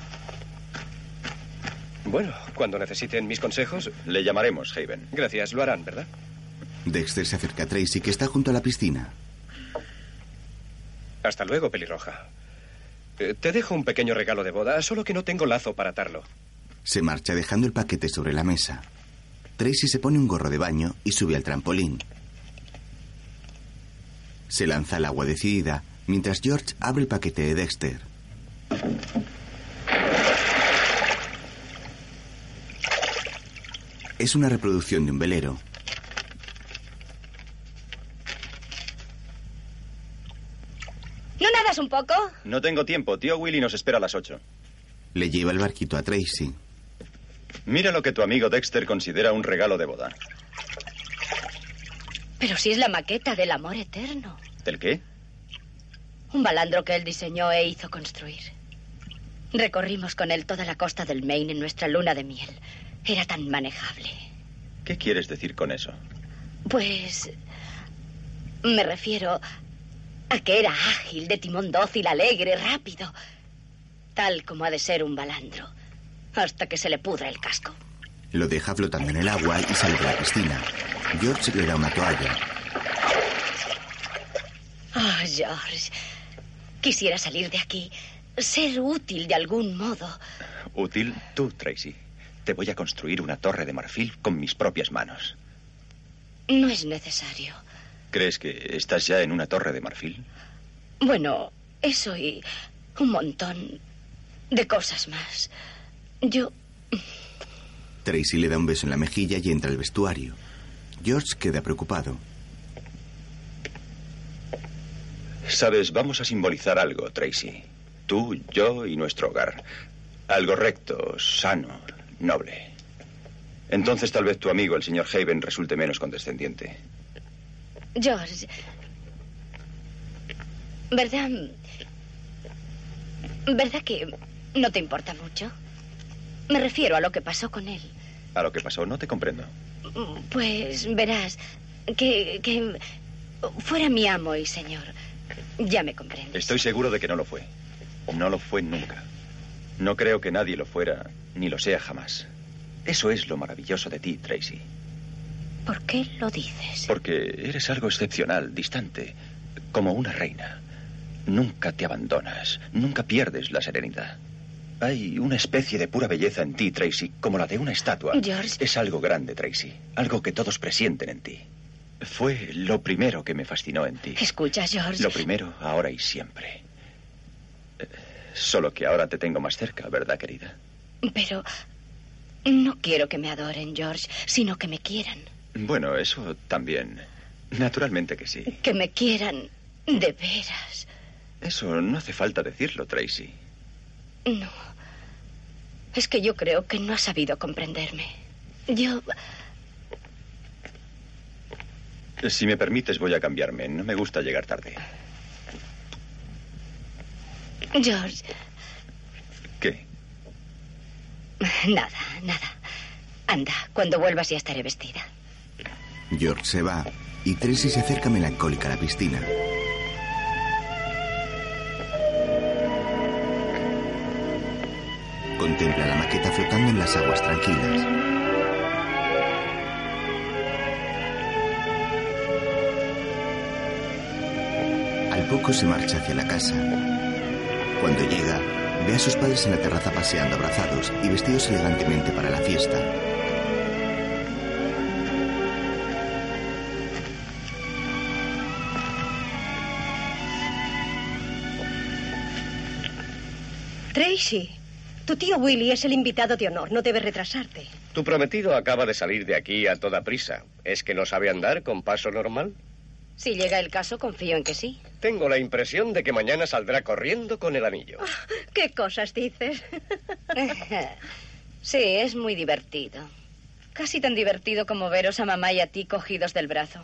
Bueno, cuando necesiten mis consejos. Le llamaremos, Haven. Gracias, lo harán, ¿verdad? Dexter se acerca a Tracy, que está junto a la piscina. Hasta luego, pelirroja. Eh, Te dejo un pequeño regalo de boda, solo que no tengo lazo para atarlo. Se marcha dejando el paquete sobre la mesa. Tracy se pone un gorro de baño y sube al trampolín. Se lanza al agua decidida, mientras George abre el paquete de Dexter. Es una reproducción de un velero. ¿No nadas un poco? No tengo tiempo. Tío Willy nos espera a las 8. Le lleva el barquito a Tracy. Mira lo que tu amigo Dexter considera un regalo de boda. Pero si es la maqueta del amor eterno. ¿Del qué? Un balandro que él diseñó e hizo construir. Recorrimos con él toda la costa del Maine en nuestra luna de miel. Era tan manejable. ¿Qué quieres decir con eso? Pues... Me refiero a que era ágil, de timón dócil, alegre, rápido. Tal como ha de ser un balandro. Hasta que se le pudra el casco. Lo deja flotando en el agua y sale de la piscina. George le da una toalla. Ah, George. Quisiera salir de aquí. Ser útil de algún modo. Útil tú, Tracy. Te voy a construir una torre de marfil con mis propias manos. No es necesario. ¿Crees que estás ya en una torre de marfil? Bueno, eso y un montón de cosas más. Yo... Tracy le da un beso en la mejilla y entra al vestuario. George queda preocupado. Sabes, vamos a simbolizar algo, Tracy. Tú, yo y nuestro hogar. Algo recto, sano, noble. Entonces tal vez tu amigo, el señor Haven, resulte menos condescendiente. George. ¿Verdad? ¿Verdad que no te importa mucho? Me refiero a lo que pasó con él. A lo que pasó, no te comprendo. Pues verás, que, que fuera mi amo y señor. Ya me comprendo. Estoy seguro de que no lo fue. No lo fue nunca. No creo que nadie lo fuera, ni lo sea jamás. Eso es lo maravilloso de ti, Tracy. ¿Por qué lo dices? Porque eres algo excepcional, distante, como una reina. Nunca te abandonas, nunca pierdes la serenidad. Hay una especie de pura belleza en ti, Tracy, como la de una estatua. George. Es algo grande, Tracy, algo que todos presienten en ti. Fue lo primero que me fascinó en ti. Escucha, George. Lo primero, ahora y siempre. Eh, Solo que ahora te tengo más cerca, ¿verdad, querida? Pero no quiero que me adoren, George, sino que me quieran. Bueno, eso también. Naturalmente que sí. Que me quieran de veras. Eso no hace falta decirlo, Tracy. No. Es que yo creo que no has sabido comprenderme. Yo. Si me permites, voy a cambiarme. No me gusta llegar tarde. George. ¿Qué? Nada, nada. Anda, cuando vuelvas ya estaré vestida. George se va y Tracy se acerca melancólica a la piscina. Contempla la maqueta flotando en las aguas tranquilas. Al poco se marcha hacia la casa. Cuando llega, Ve a sus padres en la terraza paseando abrazados y vestidos elegantemente para la fiesta. Tracy, tu tío Willy es el invitado de honor. No debes retrasarte. Tu prometido acaba de salir de aquí a toda prisa. ¿Es que no sabe andar con paso normal? Si llega el caso, confío en que sí. Tengo la impresión de que mañana saldrá corriendo con el anillo. ¿Qué cosas dices? sí, es muy divertido. Casi tan divertido como veros a mamá y a ti cogidos del brazo.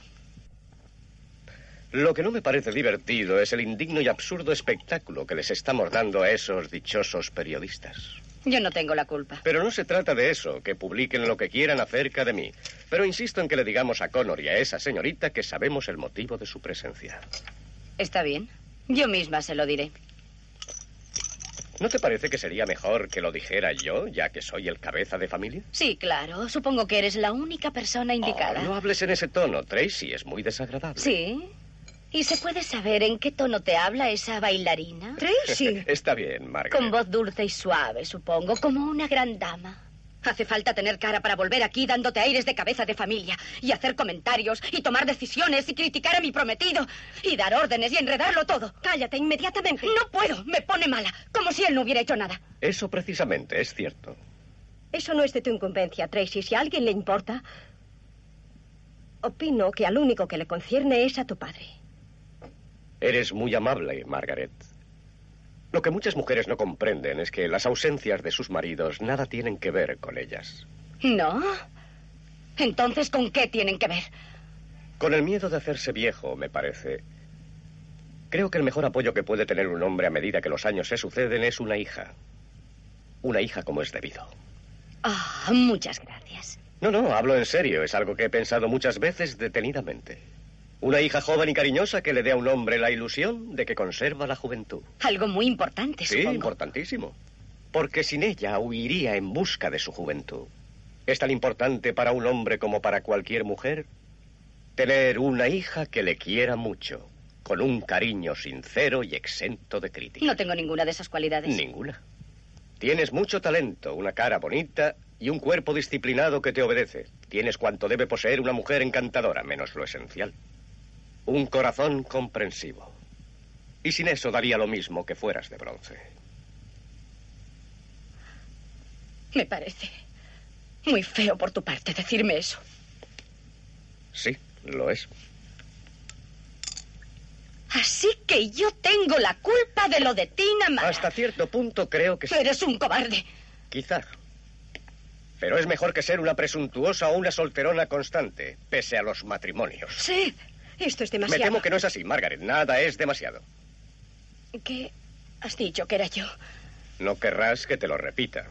Lo que no me parece divertido es el indigno y absurdo espectáculo que les estamos dando a esos dichosos periodistas. Yo no tengo la culpa. Pero no se trata de eso, que publiquen lo que quieran acerca de mí. Pero insisto en que le digamos a Connor y a esa señorita que sabemos el motivo de su presencia. Está bien. Yo misma se lo diré. ¿No te parece que sería mejor que lo dijera yo, ya que soy el cabeza de familia? Sí, claro. Supongo que eres la única persona indicada. Oh, no hables en ese tono, Tracy. Es muy desagradable. Sí. ¿Y se puede saber en qué tono te habla esa bailarina? Tracy. Está bien, Margaret. Con voz dulce y suave, supongo, como una gran dama. Hace falta tener cara para volver aquí dándote aires de cabeza de familia y hacer comentarios y tomar decisiones y criticar a mi prometido y dar órdenes y enredarlo todo. Cállate inmediatamente. No puedo, me pone mala, como si él no hubiera hecho nada. Eso precisamente es cierto. Eso no es de tu incumbencia, Tracy. Si a alguien le importa, opino que al único que le concierne es a tu padre. Eres muy amable, Margaret. Lo que muchas mujeres no comprenden es que las ausencias de sus maridos nada tienen que ver con ellas. ¿No? Entonces, ¿con qué tienen que ver? Con el miedo de hacerse viejo, me parece. Creo que el mejor apoyo que puede tener un hombre a medida que los años se suceden es una hija. Una hija como es debido. Ah, oh, muchas gracias. No, no, hablo en serio. Es algo que he pensado muchas veces detenidamente. Una hija joven y cariñosa que le dé a un hombre la ilusión de que conserva la juventud. Algo muy importante, sí, supongo. Sí, importantísimo. Porque sin ella huiría en busca de su juventud. Es tan importante para un hombre como para cualquier mujer tener una hija que le quiera mucho, con un cariño sincero y exento de crítica. No tengo ninguna de esas cualidades. Ninguna. Tienes mucho talento, una cara bonita y un cuerpo disciplinado que te obedece. Tienes cuanto debe poseer una mujer encantadora, menos lo esencial un corazón comprensivo. Y sin eso daría lo mismo que fueras de bronce. Me parece muy feo por tu parte decirme eso. Sí, lo es. Así que yo tengo la culpa de lo de Tina Mara. Hasta cierto punto creo que sí. Eres un cobarde. Quizá. Pero es mejor que ser una presuntuosa o una solterona constante, pese a los matrimonios. Sí, esto es demasiado. Me temo que no es así, Margaret. Nada es demasiado. ¿Qué has dicho que era yo? No querrás que te lo repita.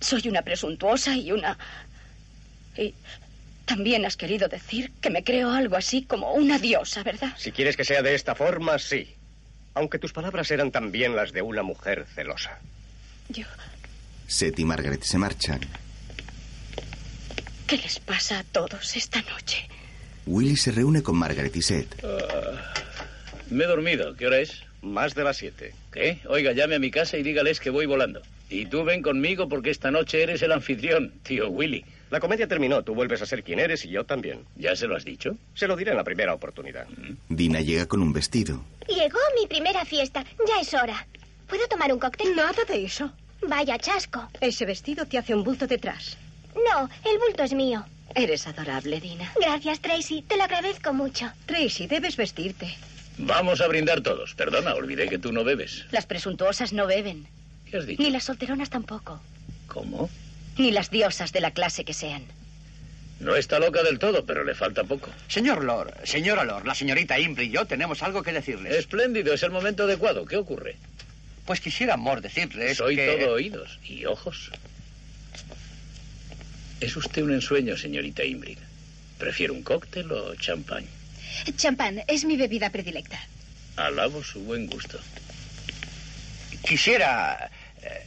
Soy una presuntuosa y una... Y también has querido decir que me creo algo así como una diosa, ¿verdad? Si quieres que sea de esta forma, sí. Aunque tus palabras eran también las de una mujer celosa. Yo... Seth y Margaret se marchan. ¿Qué les pasa a todos esta noche? Willy se reúne con Margaret y Seth. Uh, me he dormido. ¿Qué hora es? Más de las siete. ¿Qué? Oiga, llame a mi casa y dígales que voy volando. Y tú ven conmigo porque esta noche eres el anfitrión, tío Willy. La comedia terminó. Tú vuelves a ser quien eres y yo también. ¿Ya se lo has dicho? Se lo diré en la primera oportunidad. Mm. Dina llega con un vestido. Llegó mi primera fiesta. Ya es hora. ¿Puedo tomar un cóctel? Nada de eso. Vaya chasco. Ese vestido te hace un bulto detrás. No, el bulto es mío. Eres adorable, Dina. Gracias, Tracy. Te lo agradezco mucho. Tracy, debes vestirte. Vamos a brindar todos. Perdona, olvidé que tú no bebes. Las presuntuosas no beben. ¿Qué has dicho? Ni las solteronas tampoco. ¿Cómo? Ni las diosas de la clase que sean. No está loca del todo, pero le falta poco. Señor Lord, señora Lord, la señorita Impri y yo tenemos algo que decirles. Espléndido, es el momento adecuado. ¿Qué ocurre? Pues quisiera, amor, decirles Soy que... todo oídos y ojos. Es usted un ensueño, señorita Imbrid. ¿Prefiere un cóctel o champán? Champán es mi bebida predilecta. Alabo su buen gusto. Quisiera. Eh,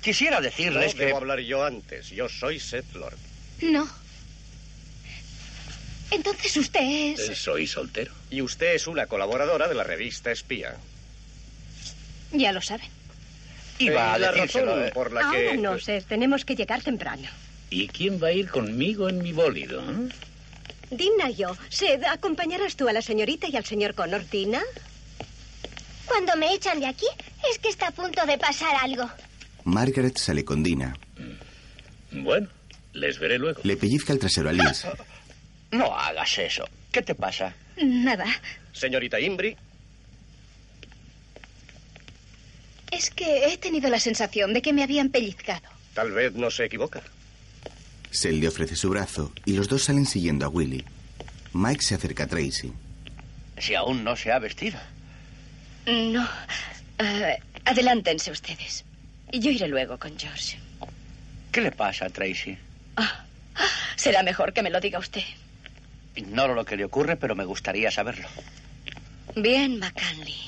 quisiera decirles no, que. Debo hablar yo antes. Yo soy Seth Lord. No. Entonces usted es. Soy soltero. Y usted es una colaboradora de la revista Espía. Ya lo saben. Iba a la decírselo, razón eh. por la Ahora que... no, Seth. Tenemos que llegar temprano. ¿Y quién va a ir conmigo en mi bólido? eh? Dina y yo. Seth, ¿acompañarás tú a la señorita y al señor Connor, Dina? Cuando me echan de aquí, es que está a punto de pasar algo. Margaret sale con Dina. Bueno, les veré luego. Le pellizca el trasero a Liz. No hagas eso. ¿Qué te pasa? Nada. Señorita Imbri, Es que he tenido la sensación de que me habían pellizcado. tal vez no se equivoca. Sel le ofrece su brazo y los dos salen siguiendo a Willy. Mike se acerca a Tracy. Si aún no se ha vestido. No. Eh, adelántense ustedes. Yo iré luego con George. ¿Qué le pasa a Tracy? Ah, Será mejor que me lo diga usted. Ignoro lo que le ocurre, pero me gustaría saberlo. Bien, McCanley.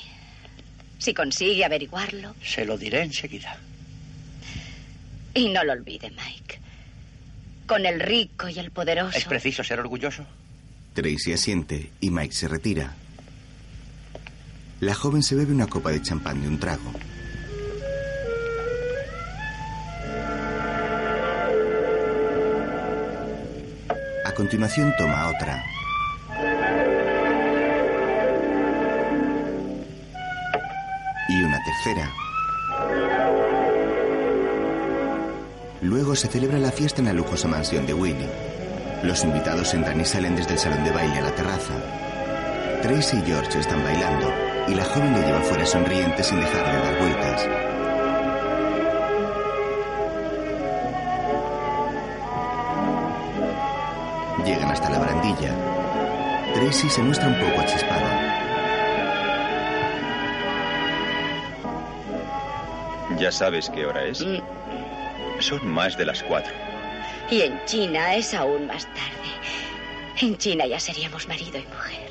Si consigue averiguarlo. Se lo diré enseguida. Y no lo olvide, Mike. Con el rico y el poderoso. ¿Es preciso ser orgulloso? Tracy asiente y Mike se retira. La joven se bebe una copa de champán de un trago. A continuación toma otra. Y una tercera. Luego se celebra la fiesta en la lujosa mansión de Willy. Los invitados entran y salen desde el salón de baile a la terraza. Tracy y George están bailando y la joven le lleva fuera sonriente sin dejarle dar vueltas. Llegan hasta la barandilla. Tracy se muestra un poco achispada. ¿Ya sabes qué hora es? Mm. Son más de las cuatro. Y en China es aún más tarde. En China ya seríamos marido y mujer.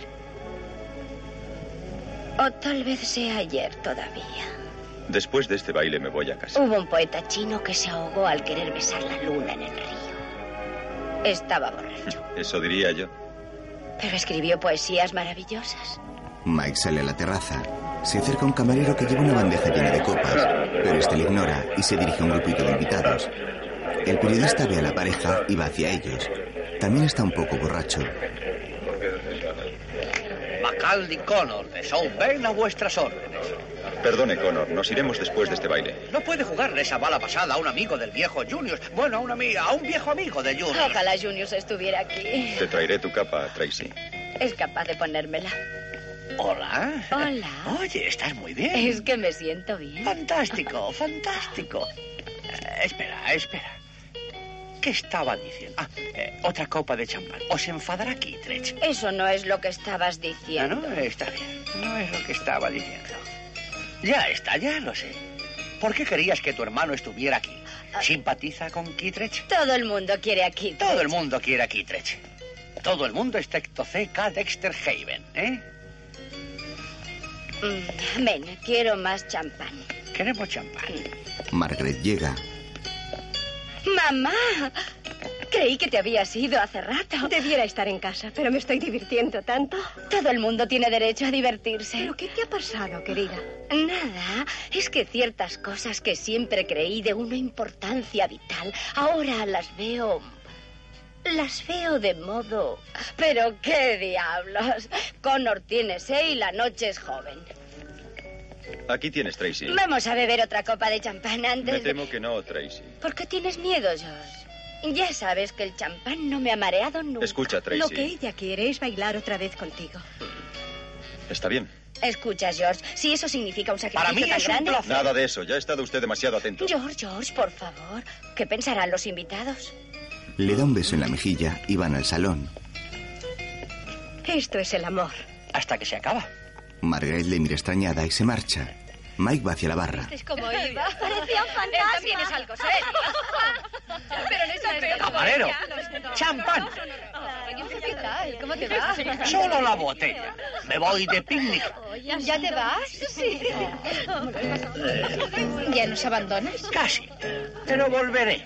O tal vez sea ayer todavía. Después de este baile me voy a casa. Hubo un poeta chino que se ahogó al querer besar la luna en el río. Estaba borracho, Eso diría yo. pero escribió poesías maravillosas. Mike sale a la terraza. Se acerca un camarero que lleva una bandeja llena de copas, pero este le ignora y se dirige a un grupito de invitados. El periodista ve a la pareja y va hacia ellos. También está un poco borracho. Macaldi Connor, de South Bay, a vuestras órdenes. Perdone, Connor, nos iremos después de este baile. No puede jugarle esa bala pasada a un amigo del viejo Junior. Bueno, a un, ami- a un viejo amigo de Junior. Ojalá Junius estuviera aquí. Te traeré tu capa, Tracy. Es capaz de ponérmela. Hola. Hola. Oye, estás muy bien. Es que me siento bien. Fantástico, fantástico. Eh, espera, espera. ¿Qué estaba diciendo? Ah, eh, otra copa de champán. Os enfadará Kittredge. Eso no es lo que estabas Ah, diciendo. no, está bien. No es lo que estaba diciendo. Ya está, ya lo sé. ¿Por qué querías que tu hermano estuviera aquí? ¿Simpatiza con Kittredge? Ah. Todo el mundo quiere aquí. Todo el mundo quiere a Kittredge. Todo el mundo excepto C.K. Dexter Haven, ¿eh? Mm, Ven, quiero más champán. Queremos champán. Margaret llega. Mamá, creí que te habías ido hace rato. Debiera estar en casa, pero me estoy divirtiendo tanto. Todo el mundo tiene derecho a divertirse. ¿Pero qué te ha pasado, querida? Nada, es que ciertas cosas que siempre creí de una importancia vital, ahora las veo... Las veo de modo... Pero qué diablos. Connor tiene sed y la noche es joven. Aquí tienes, Tracy. Vamos a beber otra copa de champán Me antes de... temo que no, Tracy. ¿Por qué tienes miedo, George? Ya sabes que el champán no me ha mareado nunca. Escucha, Lo que Tracy. ella quiere es bailar otra vez contigo. Está bien. Escucha, George, si eso significa un sacrificio Para mí tan es un grande... placer. Nada de eso. Ya ha estado usted demasiado atento. George, George, por favor, ¿qué pensarán los invitados? Le da un beso en la mejilla y van al salón. Esto es el amor. Hasta que se acaba. Margaret le mira extrañada y se marcha. Mike va hacia la barra. Es como iba. Parecía un fantasma. También es algo serio. Pero no está Ah, pega. Camarero, champán. ¿Qué tal? ¿Cómo te va? Solo la botella. Me voy de picnic. ¿Ya te vas? Sí. ¿Ya nos abandonas? Casi. Pero volveré.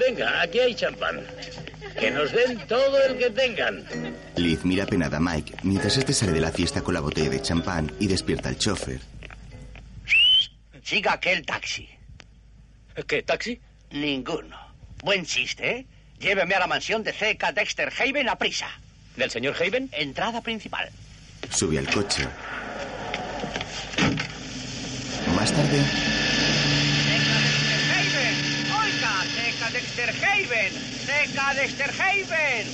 Venga, aquí hay champán. Que nos den todo el que tengan. Liz mira penada a Mike mientras este sale de la fiesta con la botella de champán y despierta al chofer. Siga aquel taxi. ¿Qué, taxi? Ninguno. Buen chiste, ¿eh? Lléveme a la mansión de C.K. Dexter Haven a prisa. ¿Del señor Haven? Entrada principal. Sube al coche. Más tarde, ¡Haven! ¡Oiga! ¡Teca Dexter Haven! ¡Teca Dexter Haven!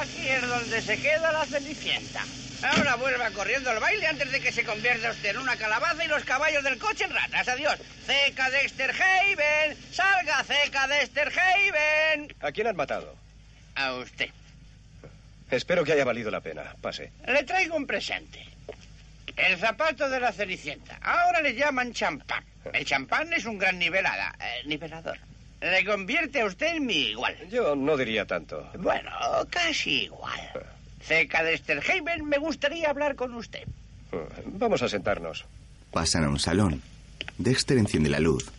Aquí es donde se queda la cenicienta. Ahora vuelva corriendo al baile antes de que se convierta usted en una calabaza y los caballos del coche en ratas. Adiós. Ceca Dexter Haven. Salga Ceca Dexter Haven. ¿A quién han matado? A usted. Espero que haya valido la pena. Pase. Le traigo un presente. El zapato de la Cenicienta. Ahora le llaman champán. El champán es un gran nivelada, eh, nivelador. Le convierte a usted en mi igual. Yo no diría tanto. Bueno, casi igual. Cerca de Sterhaven me gustaría hablar con usted. Vamos a sentarnos. pasan a un salón. Dexter enciende la luz.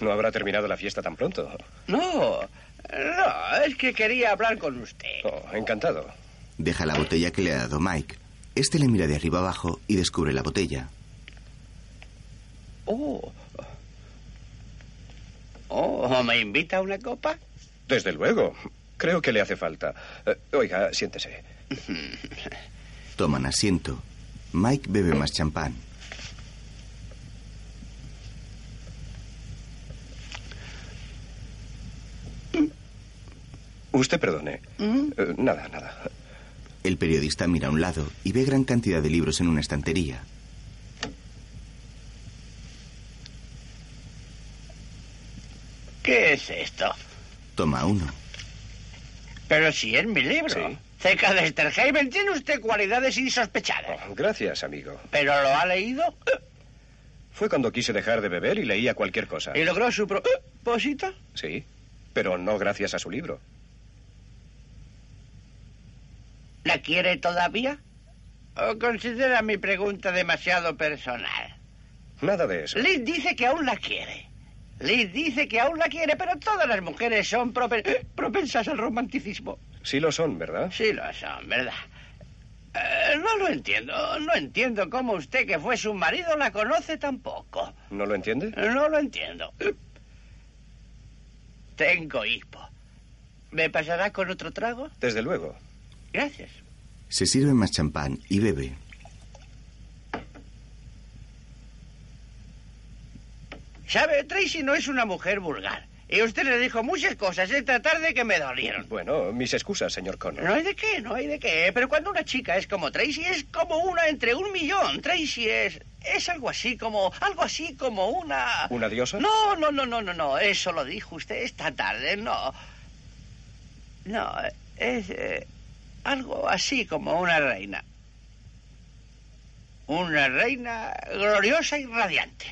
¿No habrá terminado la fiesta tan pronto? No, no, es que quería hablar con usted. Oh, encantado. Deja la botella que le ha dado Mike. Este le mira de arriba abajo y descubre la botella. Oh. Oh, ¿me invita a una copa? Desde luego. Creo que le hace falta. Eh, oiga, siéntese. Toman asiento. Mike bebe más champán. Usted perdone. Mm. Eh, nada, nada. El periodista mira a un lado y ve gran cantidad de libros en una estantería. ¿Qué es esto? Toma uno. Pero si es mi libro. Cerca de Sterhaven tiene usted cualidades insospechadas. Oh. Gracias, amigo. Eh. ¿Pero lo ha leído? Fue cuando quise dejar de beber y leía cualquier cosa. ¿Y logró su eh, propósito? Sí, pero no gracias a su libro. ¿La quiere todavía? ¿O considera mi pregunta demasiado personal? Nada de eso. Liz dice que aún la quiere. Liz dice que aún la quiere, pero todas las mujeres son propen- propensas al romanticismo. Sí lo son, ¿verdad? Sí lo son, ¿verdad? Eh, no lo entiendo. No entiendo cómo usted, que fue su marido, la conoce tampoco. ¿No lo entiende? No lo entiendo. Tengo hipo. ¿Me pasará con otro trago? Desde luego. Gracias. Se sirve más champán y bebe. ¿Sabe? Tracy no es una mujer vulgar. Y usted le dijo muchas cosas esta tarde que me dolieron. Bueno, mis excusas, señor Connor. No hay de qué, no hay de qué. Pero cuando una chica es como Tracy, es como una entre un millón. Tracy es. Es algo así como. Algo así como una. ¿Una diosa? No, no, no, no, no, no. Eso lo dijo usted esta tarde, no. No, es. eh, algo así como una reina. Una reina gloriosa y radiante.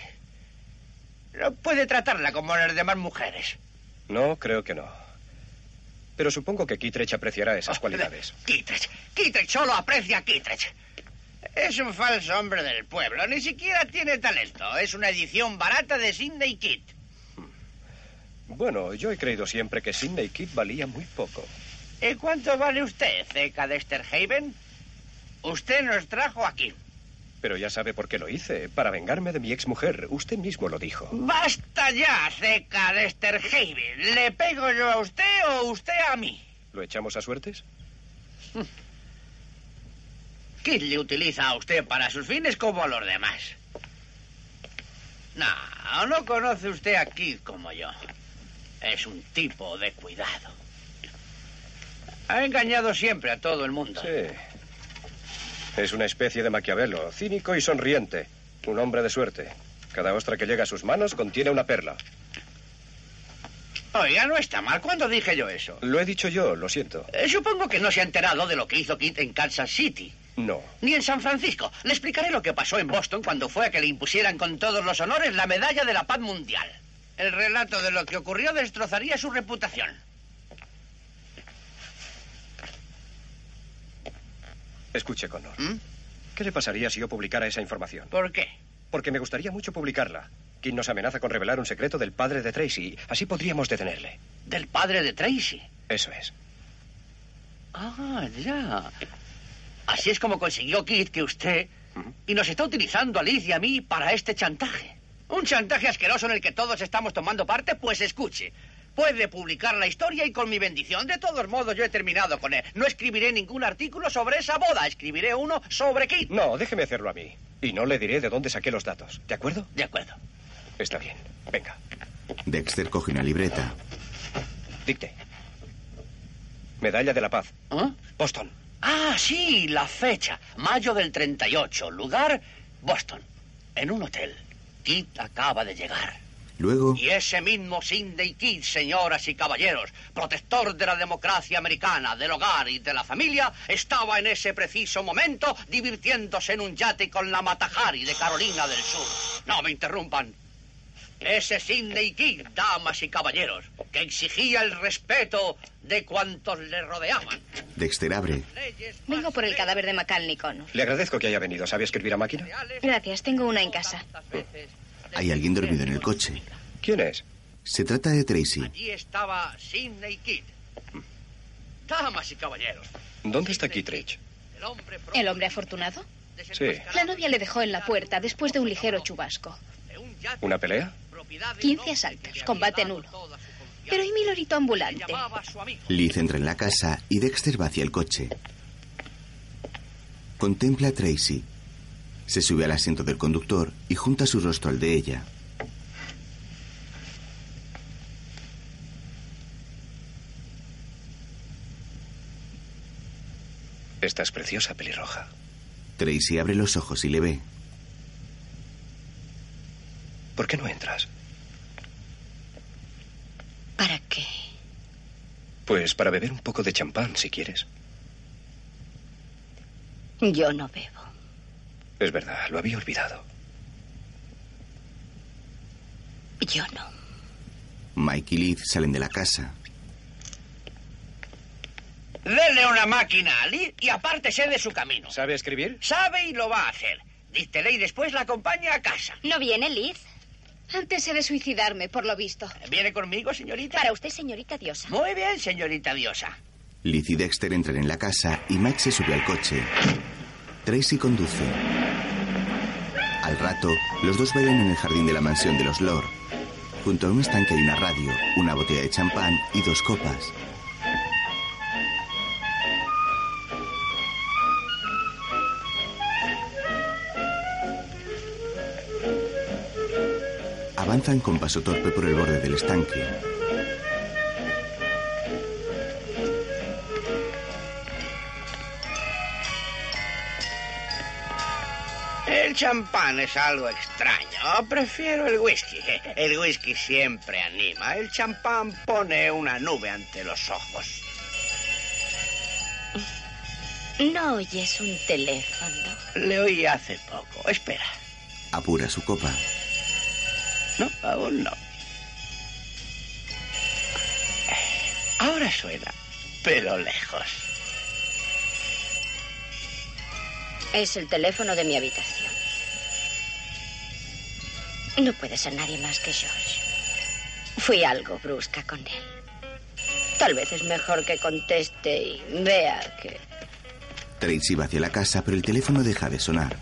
No puede tratarla como las demás mujeres. No, creo que no. Pero supongo que Kittredge apreciará esas cualidades. Kittredge. Kittredge solo aprecia a Kittredge. Es un falso hombre del pueblo. Ni siquiera tiene talento. Es una edición barata de Sidney Kit. Bueno, yo he creído siempre que Sidney Kitt valía muy poco. ¿Y cuánto vale usted, Zeca de Sterhaven? Usted nos trajo aquí. Pero ya sabe por qué lo hice, para vengarme de mi exmujer. Usted mismo lo dijo. ¡Basta ya, Zeca de Sterhaven! ¿Le pego yo a usted o usted a mí? ¿Lo echamos a suertes? Kit le utiliza a usted para sus fines como a los demás. No, no conoce usted a Kid como yo. Es un tipo de cuidado. Ha engañado siempre a todo el mundo. Sí. Es una especie de Maquiavelo, cínico y sonriente. Un hombre de suerte. Cada ostra que llega a sus manos contiene una perla. Oiga, no está mal. ¿Cuándo dije yo eso? Lo he dicho yo, lo siento. Eh, supongo que no se ha enterado de lo que hizo Kit en Kansas City. No. Ni en San Francisco. Le explicaré lo que pasó en Boston cuando fue a que le impusieran con todos los honores la medalla de la paz mundial. El relato de lo que ocurrió destrozaría su reputación. Escuche, Connor. ¿Qué le pasaría si yo publicara esa información? ¿Mm? ¿Por qué? Porque me gustaría mucho publicarla. Quien nos amenaza con revelar un secreto del padre de Tracy. Así podríamos detenerle. ¿Del padre de Tracy? Eso es. Ah, ya. Así es como consiguió Kit que usted... Y nos está utilizando a Liz y a mí para este chantaje. Un chantaje asqueroso en el que todos estamos tomando parte, pues escuche. Puede publicar la historia y con mi bendición. De todos modos, yo he terminado con él. No escribiré ningún artículo sobre esa boda. Escribiré uno sobre Kate. No, déjeme hacerlo a mí. Y no le diré de dónde saqué los datos. ¿De acuerdo? De acuerdo. Está bien. Venga, Dexter coge una libreta. dicte. Medalla de la Paz. Boston. Ah, sí, la fecha. Mayo del 38. Lugar, Boston. En un hotel. Kit acaba de llegar. Luego, Y ese mismo Sidney Kid, señoras y caballeros, protector de la democracia americana, del hogar y de la familia, estaba en ese preciso momento divirtiéndose en un yate con la Matajari de Carolina del Sur. No me interrumpan. Ese Sidney Kid, damas y caballeros, que exigía el respeto de cuantos le rodeaban. Dexter abre. Vengo por el cadáver de McCallney Connor. Le agradezco que haya venido. ¿Sabe escribir a máquina? Gracias, tengo una en casa. Hay alguien dormido en el coche. ¿Quién es? Se trata de Tracy. Allí estaba Sidney Kid. Damas y caballeros, ¿Dónde está Kittredge? el hombre ¿El hombre afortunado? Sí. La novia le dejó en la puerta después de un ligero chubasco. ¿Una pelea? 15 asaltos, combate nulo. Pero ¿y mi lorito ambulante? Liz entra en la casa y Dexter va hacia el coche. Contempla a Tracy. Se sube al asiento del conductor y junta su rostro al de ella. Estás preciosa, pelirroja. Tracy abre los ojos y le ve. ¿Por qué no entras? ¿Para qué? Pues para beber un poco de champán, si quieres. Yo no bebo. Es verdad, lo había olvidado. Yo no. Mike y Liz salen de la casa. Dele una máquina a Lee y apártese de su camino. ¿Sabe escribir? Sabe y lo va a hacer. Díctele y después la acompaña a casa. ¿No viene Liz? Antes he de suicidarme, por lo visto. ¿Viene conmigo, señorita? Para usted, señorita diosa. Muy bien, señorita diosa. Liz y Dexter entran en la casa y Mike se sube al coche. Tracy conduce. Al rato, los dos bailan en el jardín de la mansión de los Lord. Junto a un estanque hay una radio, una botella de champán y dos copas. Avanzan con paso torpe por el borde del estanque. El champán es algo extraño. Prefiero el whisky. El whisky siempre anima. El champán pone una nube ante los ojos. No oyes un teléfono. Le oí hace poco. Espera. Apura su copa. No, aún no. Ahora suena, pero lejos. Es el teléfono de mi habitación. No puede ser nadie más que George. Fui algo brusca con él. Tal vez es mejor que conteste y vea que... Tracy va hacia la casa, pero el teléfono deja de sonar.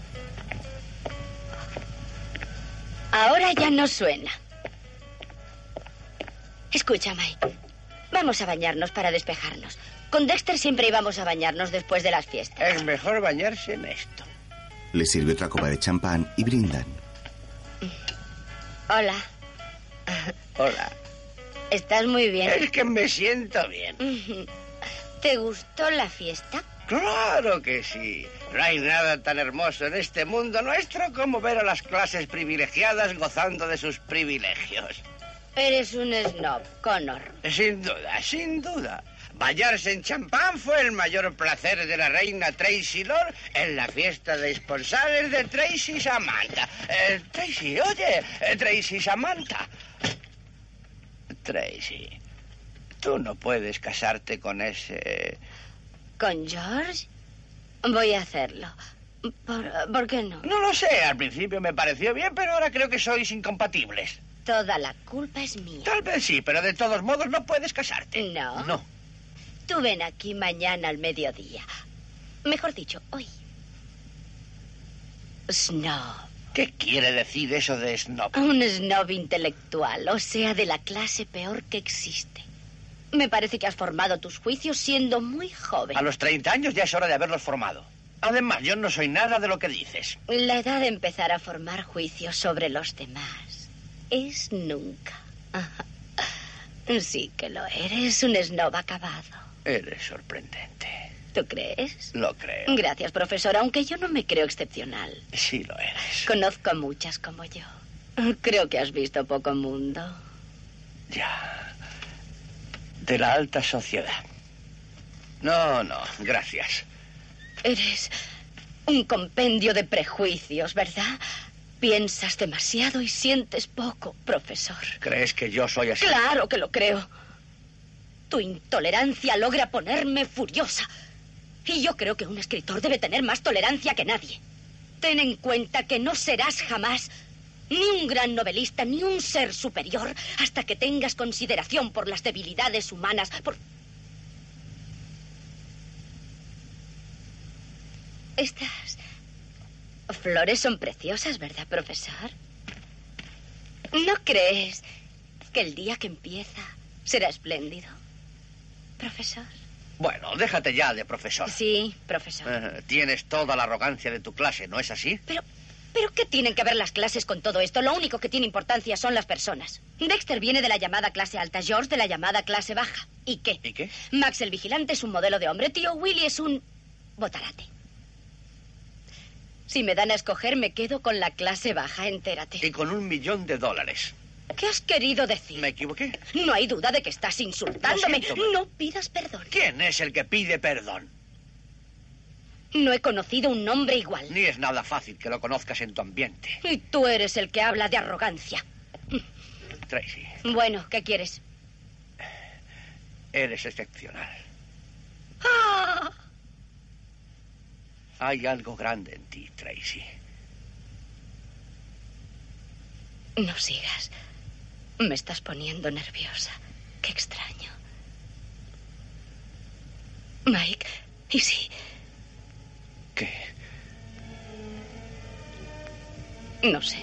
Ahora ya no suena. Escucha, Mike. Vamos a bañarnos para despejarnos. Con Dexter siempre íbamos a bañarnos después de las fiestas. Es mejor bañarse en esto. Le sirve otra copa de champán y brindan. Hola, Hola. estás muy Es bien. que me siento bien. ¿Te gustó la fiesta? Claro que sí. No hay nada tan hermoso en este mundo nuestro como ver a las clases privilegiadas gozando de sus privilegios. Eres un snob, Connor. Sin duda, sin duda. Bañarse en champán fue el mayor placer de la reina Tracy Lord en la fiesta de esponsales de Tracy Samantha. Eh, Tracy, oye, eh, Tracy Samantha. Tracy, tú no puedes casarte con ese... ¿Con George? Voy a hacerlo. ¿Por, por qué no? No lo sé, al principio me pareció bien, pero ahora creo que sois incompatibles. Toda la culpa es mía. Tal vez sí, pero de todos modos no puedes casarte. No. No. Tú ven aquí mañana al mediodía. Mejor dicho, hoy. Snob. ¿Qué quiere decir eso de snob? Un snob intelectual, o sea, de la clase peor que existe. Me parece que has formado tus juicios siendo muy joven. A los 30 años ya es hora de haberlos formado. Además, yo no soy nada de lo que dices. La edad de empezar a formar juicios sobre los demás es nunca. Ajá. Sí que lo eres, un snob acabado. Eres sorprendente. ¿Tú crees? Lo creo. Gracias, profesor, aunque yo no me creo excepcional. Sí lo eres. Conozco a muchas como yo. Creo que has visto poco mundo. Ya. De la alta sociedad. No, no, gracias. Eres un compendio de prejuicios, ¿verdad? Piensas demasiado y sientes poco, profesor. ¿Crees que yo soy así? Claro que lo creo. Tu intolerancia logra ponerme furiosa. Y yo creo que un escritor debe tener más tolerancia que nadie. Ten en cuenta que no serás jamás ni un gran novelista, ni un ser superior, hasta que tengas consideración por las debilidades humanas, por... Estas flores son preciosas, ¿verdad, profesor? ¿No crees que el día que empieza será espléndido, profesor? Bueno, déjate ya de profesor. Sí, profesor. Eh, tienes toda la arrogancia de tu clase, ¿no es así? Pero, pero ¿qué tienen que ver las clases con todo esto? Lo único que tiene importancia son las personas. Dexter viene de la llamada clase alta, George de la llamada clase baja. ¿Y qué? ¿Y qué? Max el vigilante es un modelo de hombre, tío Willy es un botarate. Si me dan a escoger, me quedo con la clase baja, entérate. Y con un millón de dólares. ¿Qué has querido decir? ¿Me equivoqué? No hay duda de que estás insultándome. Lo siento, no pidas perdón. ¿Quién es el que pide perdón? No he conocido un nombre igual. Ni es nada fácil que lo conozcas en tu ambiente. Y tú eres el que habla de arrogancia. Tracy, Bueno, ¿qué quieres? eres excepcional. ¡Ah! Hay algo grande en ti, Tracy. No sigas. Me estás poniendo nerviosa. Qué extraño. Mike, ¿y si ¿Qué? No sé.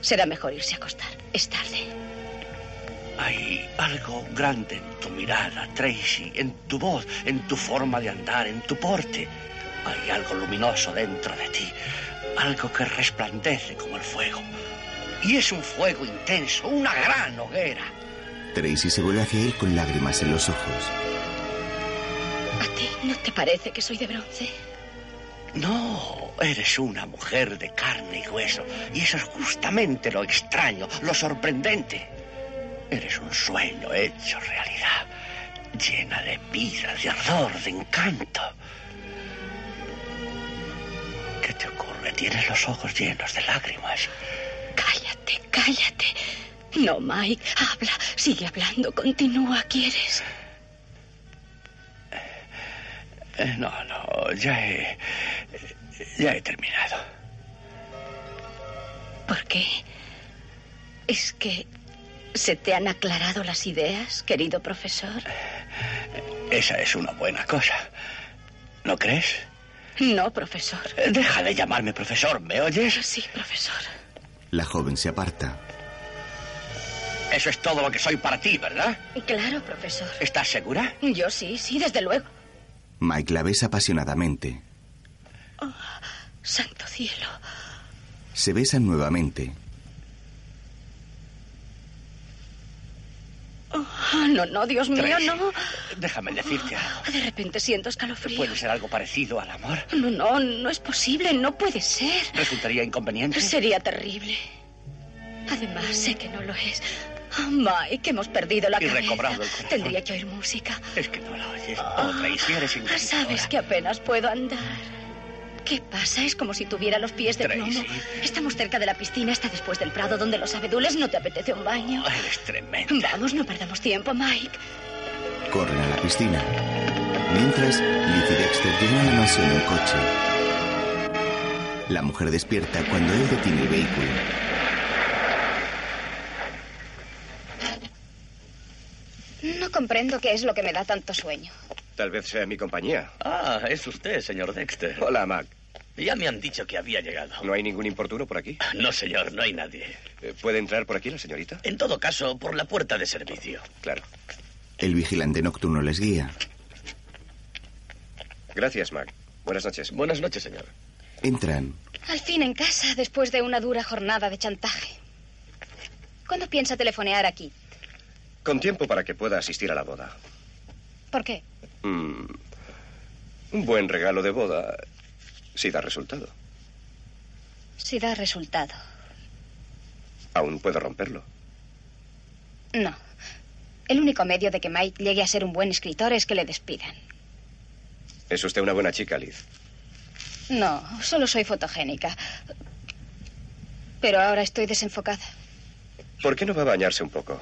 Será mejor irse a acostar. Es tarde. Hay algo grande en tu mirada, Tracy, en tu voz, en tu forma de andar, en tu porte. Hay algo luminoso dentro de ti, algo que resplandece como el fuego. Y es un fuego intenso, una gran hoguera. Tracy se vuelve hacia él con lágrimas en los ojos. ¿A ti no te parece que soy de bronce? No, eres una mujer de carne y hueso. Y eso es justamente lo extraño, lo sorprendente. Eres un sueño hecho realidad, llena de vida, de ardor, de encanto. ¿Qué te ocurre? Tienes los ojos llenos de lágrimas. Cállate, cállate. No, Mike, habla, sigue hablando, continúa, ¿quieres? Eh, No, no, ya he. Ya he terminado. ¿Por qué? ¿Es que se te han aclarado las ideas, querido profesor? Esa es una buena cosa. ¿No crees? No, profesor. Eh, Deja de llamarme profesor, ¿me oyes? Sí, profesor. La joven se aparta. Eso es todo lo que soy para ti, ¿verdad? Claro, profesor. ¿Estás segura? Yo sí, sí, desde luego. Mike la besa apasionadamente. Oh, Santo cielo. Se besan nuevamente. Oh, no, no, Dios mío, Tracy, no. Ah, Déjame decirte algo. De repente siento escalofrío. ¿Puede ser algo parecido al amor? No, no, no es posible, no puede ser. ¿Resultaría inconveniente? Sería terrible. Además, sé que no lo es. Oh, Mike, hemos perdido la Y cabeza. recobrado el corazón. Tendría que oír música. Es que no lo oyes. No, Tracy, eres Ah, encantadora. Sabes que apenas puedo andar. ¿Qué pasa? Es como si tuviera los pies de Tracy. plomo. Estamos cerca de la piscina, está después del prado donde los abedules no te apetece un baño. Eres tremenda. Vamos, no perdamos tiempo, Mike. Corren a la piscina. Mientras, Liz y Dexter llegan a la mansión en coche. La mujer despierta cuando él detiene el vehículo. No comprendo qué es lo que me da tanto sueño. Tal vez sea mi compañía. Ah, es usted, señor Dexter. Hola, Mac. Ya me han dicho que había llegado. ¿No hay ningún importuno por aquí? Eh, No, señor, no hay nadie. ¿Puede entrar por aquí la señorita? En todo caso, por la puerta de servicio. Claro. El vigilante nocturno les guía. Gracias, Mac. Buenas noches. Buenas noches, señor. Entran. Al fin en casa, después de una dura jornada de chantaje. ¿Cuándo piensa telefonear aquí? Con tiempo para que pueda asistir a la boda. ¿Por qué? Mm, un buen regalo de boda si da resultado. Si da resultado. Aún puedo romperlo. No. El único medio de que Mike llegue a ser un buen escritor es que le despidan. Es usted una buena chica, Liz. No, solo soy fotogénica. Pero ahora estoy desenfocada. ¿Por qué no va a bañarse un poco?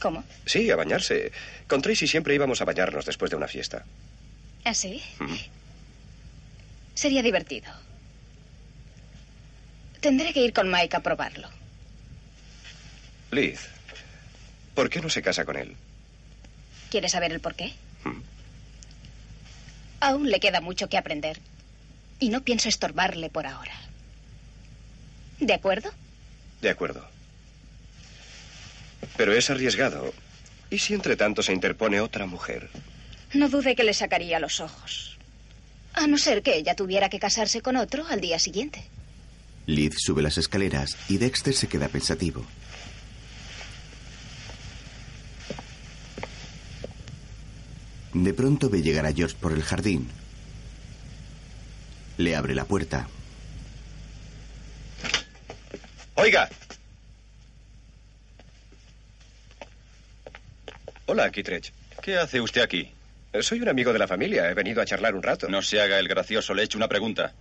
¿Cómo? Sí, a bañarse. Con Tracy siempre íbamos a bañarnos después de una fiesta. ¿Ah, sí? Mm. Sería divertido. Tendré que ir con Mike a probarlo. Liz, ¿por qué no se casa con él? ¿Quieres saber el porqué? Mm. Aún le queda mucho que aprender. Y no pienso estorbarle por ahora. ¿De acuerdo? De acuerdo. Pero es arriesgado. ¿Y si entre tanto se interpone otra mujer? No dude que le sacaría los ojos. A no ser que ella tuviera que casarse con otro al día siguiente. Liz sube las escaleras y Dexter se queda pensativo. De pronto ve llegar a George por el jardín. Le abre la puerta. Oiga. Hola, Kittredge. ¿Qué hace usted aquí? Eh, Soy un amigo de la familia. He venido a charlar un rato. No se haga el gracioso, le he hecho una pregunta.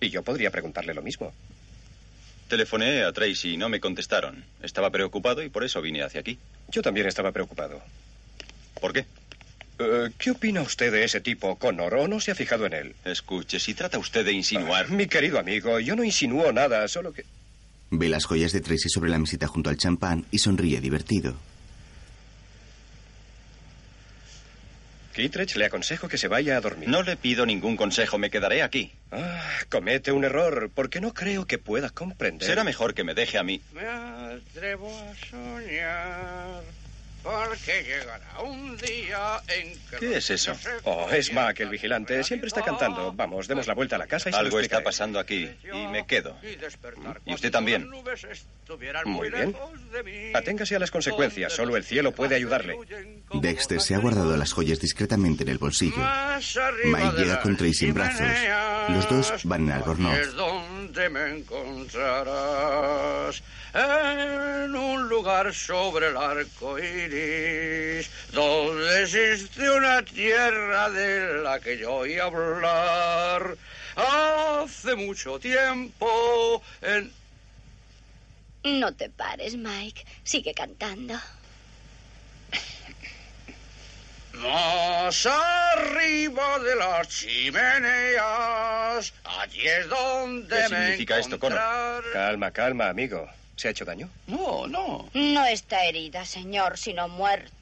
Y yo podría preguntarle lo mismo. Telefoné a Tracy y no me contestaron. Estaba preocupado y por eso vine hacia aquí. Yo también estaba preocupado. ¿Por qué? Eh, ¿Qué opina usted de ese tipo, Connor? ¿O no se ha fijado en él? Ah, Escuche, si trata usted de insinuar... Mi querido amigo, yo no insinúo nada, solo que... Ve las joyas de Tracy sobre la mesita junto al champán y sonríe divertido. Kittredge, le aconsejo que se vaya a dormir. No le pido ningún consejo, me quedaré aquí. Ah, comete un error, porque no creo que pueda comprender. Será mejor que me deje a mí. Me atrevo a soñar. Porque llegará un día en que... ¿Qué es eso? Oh, es Mac, el vigilante. Siempre está cantando. Vamos, demos la vuelta a la casa y se lo Algo está explicaré. pasando aquí y me quedo. Y despertar Y usted también. cuando las nubes estuvieran Muy muy bien. lejos de mí. Aténgase a las consecuencias, solo el cielo puede ayudarle. Dexter se ha guardado las joyas discretamente en el bolsillo. Más arriba Mike de llega la con Tracy en brazos. chimenea Los dos van en Es albornoz. donde me encontrarás en un lugar sobre el arco iris, donde existe una tierra de la que yo oí hablar hace mucho tiempo en No te pares, Mike. Sigue cantando. Más arriba de las chimeneas, allí es donde ¿Qué me significa esto, Connor? encontrar- Calma, calma, amigo. ¿Se ha hecho daño? No, Oh. no. No está herida, señor, sino muerta.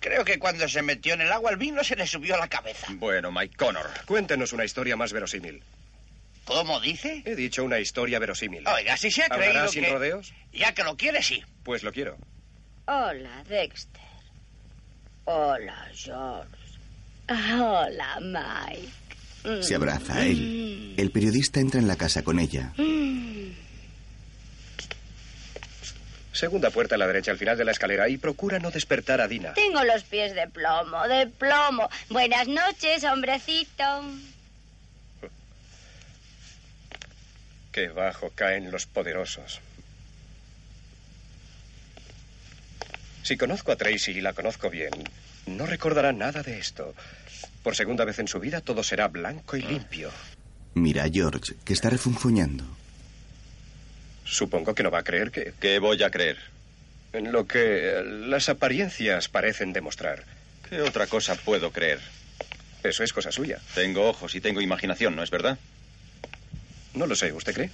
Creo que cuando se metió en el agua el vino se le subió a la cabeza. Bueno, Mike Connor. Cuéntenos una historia más verosímil. ¿Cómo dice? He dicho una historia verosímil. Oiga, si se ha ¿Hablará creído sin que... rodeos? Ya que lo quiere, sí. Pues lo quiero. Hola, Dexter. Hola, George. Ah, Hola, Mike. Mm. Se abraza a él. El periodista entra en la casa con ella. Mm. Segunda puerta a la derecha al final de la escalera y procura no despertar a Dina. Tengo los pies de plomo, de plomo. Buenas noches, hombrecito. Qué bajo caen los poderosos. Si conozco a Tracy y la conozco bien, no recordará nada de esto. Por segunda vez en su vida todo será blanco Mm. y limpio. Mira a George, que está refunfuñando. Supongo que no va a creer que... ¿Qué voy a creer? en Lo que eh, las apariencias parecen demostrar. ¿Qué otra cosa puedo creer? Eso es cosa suya. Tengo ojos y tengo imaginación, ¿no es verdad? No lo sé, ¿usted cree?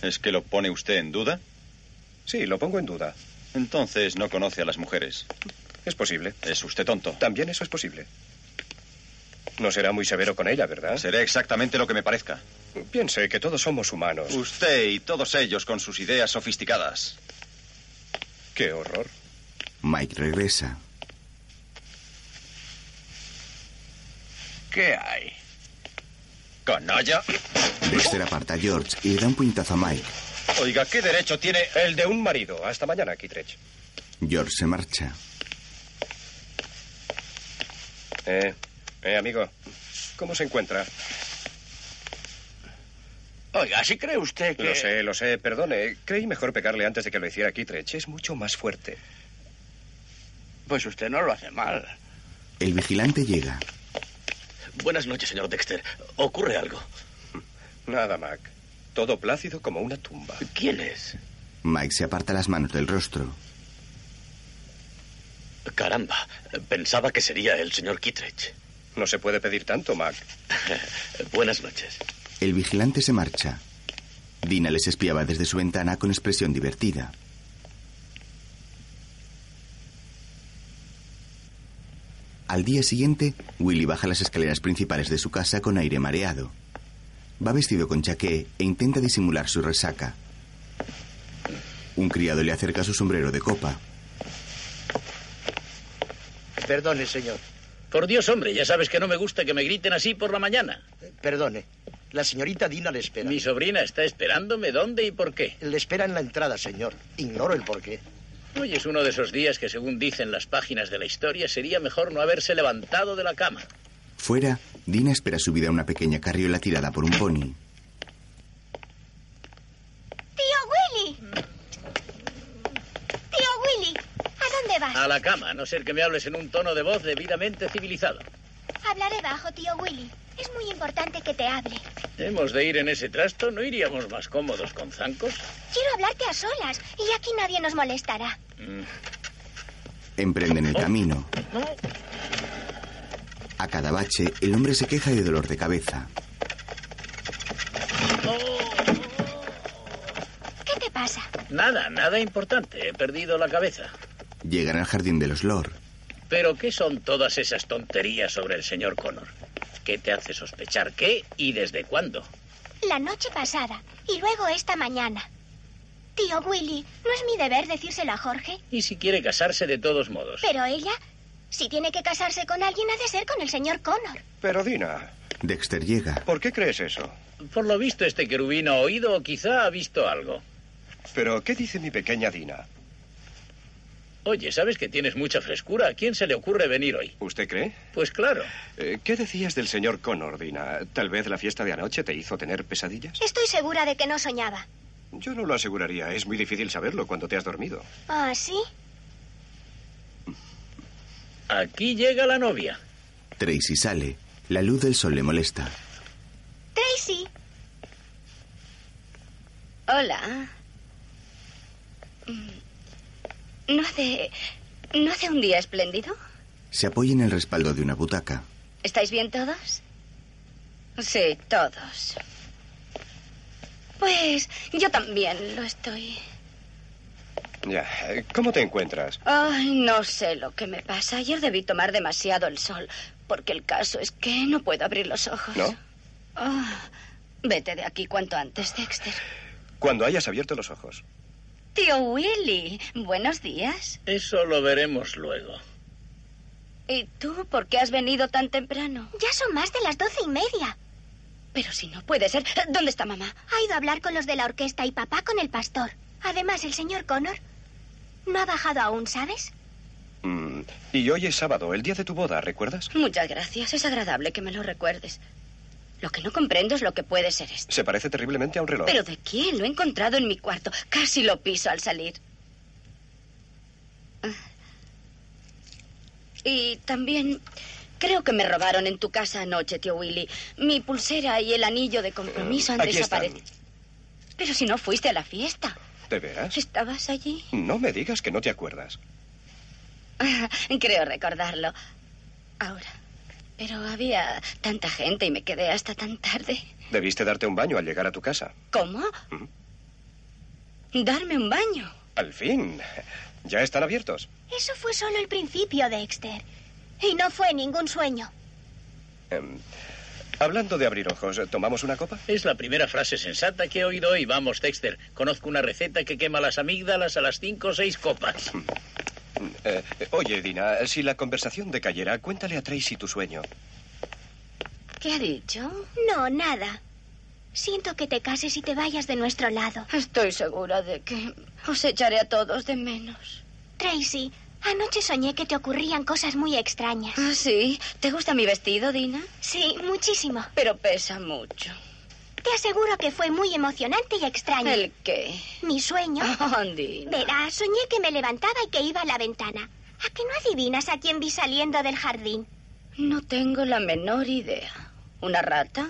¿Es que lo pone usted en duda? Sí, lo pongo en duda. Entonces no conoce a las mujeres. Es posible. Es usted tonto. También eso es posible. No será muy severo con ella, ¿verdad? Seré exactamente lo que me parezca. Piense que todos somos humanos. Usted y todos ellos con sus ideas sofisticadas. Qué horror. Mike regresa. ¿Qué hay? ¿Canalla? Dexter aparta a George y le da un puñetazo a Mike. Oiga, ¿qué derecho tiene el de un marido? Hasta mañana, Kittredge. George se marcha. Eh, eh, amigo, ¿cómo se encuentra? Oiga, si cree usted que... Lo sé, lo sé, perdone. Creí mejor pegarle antes de que lo hiciera Kittredge. Es mucho más fuerte. Pues usted no lo hace mal. El vigilante llega. Buenas noches, señor Dexter. ¿Ocurre algo? Nada, Mac. Todo plácido como una tumba. ¿Quién es? Mike se aparta las manos del rostro. Caramba, pensaba que sería el señor Kittredge. No se puede pedir tanto, Mac. Buenas noches. El vigilante se marcha. Dina les espiaba desde su ventana con expresión divertida. Al día siguiente, Willy baja las escaleras principales de su casa con aire mareado. Va vestido con chaqué e intenta disimular su resaca. Un criado le acerca su sombrero de copa. Perdone, señor. Por Dios, hombre, ya sabes que no me gusta que me griten así por la mañana. Eh, Perdone. La señorita Dina le espera. Mi sobrina está esperándome. ¿Dónde y por qué? Le espera en la entrada, señor. Ignoro el porqué. Hoy es uno de esos días que, según dicen las páginas de la historia, sería mejor no haberse levantado de la cama. Fuera, Dina espera subida a una pequeña carriola tirada por un pony. ¡Tío Willy! ¡Tío Willy! ¿A dónde vas? A la cama, a no ser que me hables en un tono de voz debidamente civilizado. Hablaré bajo, tío Willy. Es muy importante que te hable. ¿Hemos de ir en ese trasto? ¿No iríamos más cómodos con zancos? Quiero hablarte a solas y aquí nadie nos molestará. Mm. Emprenden el camino. A cada bache, el hombre se queja de dolor de cabeza. ¿Qué te pasa? Nada, nada importante. He perdido la cabeza. Llegan al jardín de los Lord. ¿Pero qué son todas esas tonterías sobre el señor Connor? ¿Qué te hace sospechar qué y desde cuándo? La noche pasada y luego esta mañana. Tío Willy, ¿no es mi deber decírselo a Jorge? Y si quiere casarse de todos modos. Pero ella, si tiene que casarse con alguien, ha de ser con el señor Connor. Pero Dina, Dexter llega. ¿por qué crees eso? Por lo visto, este querubín ha oído o quizá ha visto algo. Pero, ¿qué dice mi pequeña Dina? Oye, ¿sabes que tienes mucha frescura? ¿A quién se le ocurre venir hoy? ¿Usted cree? Pues claro. Eh, ¿Qué decías del señor Connor, Dina? ¿Tal vez la fiesta de anoche te hizo tener pesadillas? Estoy segura de que no soñaba. Yo no lo aseguraría. Es muy difícil saberlo cuando te has dormido. ¿Ah, sí? Aquí llega la novia. Tracy sale. La luz del sol le molesta. Tracy. Hola. Mm, ¿No hace. ¿No hace un día espléndido? Se apoya en el respaldo de una butaca. ¿Estáis bien todos? Sí, todos. Pues yo también lo estoy. Ya. eh, ¿Cómo te encuentras? Ay, no sé lo que me pasa. Ayer debí tomar demasiado el sol, porque el caso es que no puedo abrir los ojos. ¿No? Ah, vete de aquí cuanto antes, Dexter. Cuando hayas abierto los ojos. Tío Willy, buenos días. Eso lo veremos luego. ¿Y tú por qué has venido tan temprano? Ya son más de las doce y media. Pero si no puede ser. ¿Dónde está mamá? Ha ido a hablar con los de la orquesta y papá con el pastor. Además, el señor Connor no ha bajado aún, ¿sabes? Mm, y hoy es sábado, el día de tu boda, ¿recuerdas? Muchas gracias. Es agradable que me lo recuerdes. Lo que no comprendo es lo que puede ser esto. Se parece terriblemente a un reloj. ¿Pero de quién? Lo he encontrado en mi cuarto. Casi lo piso al salir. Ah. Y también creo que me robaron en tu casa anoche, tío Willy. Mi pulsera y el anillo de compromiso han Aquí están. desaparecido. Pero si no fuiste a la fiesta, ¿De veras? ¿estabas allí? No me digas que no te acuerdas. Creo recordarlo. Ahora. Pero había tanta gente y me quedé hasta tan tarde. Debiste darte un baño al llegar a tu casa. ¿Cómo? Darme un baño. Al fin. Ya están abiertos. Eso fue solo el principio, Dexter. Y no fue ningún sueño. Em, hablando de abrir ojos, ¿tomamos una copa? Es la primera frase sensata que he oído hoy. Vamos, Dexter, conozco una receta que quema las amígdalas a las cinco o seis copas. Hmm. Eh, oye, Dina, si la conversación decayera, cuéntale a Tracy tu sueño. ¿Qué ha dicho? No, nada. Siento que te cases y te vayas de nuestro lado. Estoy segura de que os echaré a todos de menos. Tracy, anoche soñé que te ocurrían cosas muy extrañas. Ah, sí. ¿Te gusta mi vestido, Dina? Sí, muchísimo. Pero pesa mucho. Te aseguro que fue muy emocionante y extraño. ¿El qué? Mi sueño. Oh, Dina. Verás, soñé que me levantaba y que iba a la ventana. ¿A que no adivinas a quién vi saliendo del jardín? No tengo la menor idea. ¿Una rata?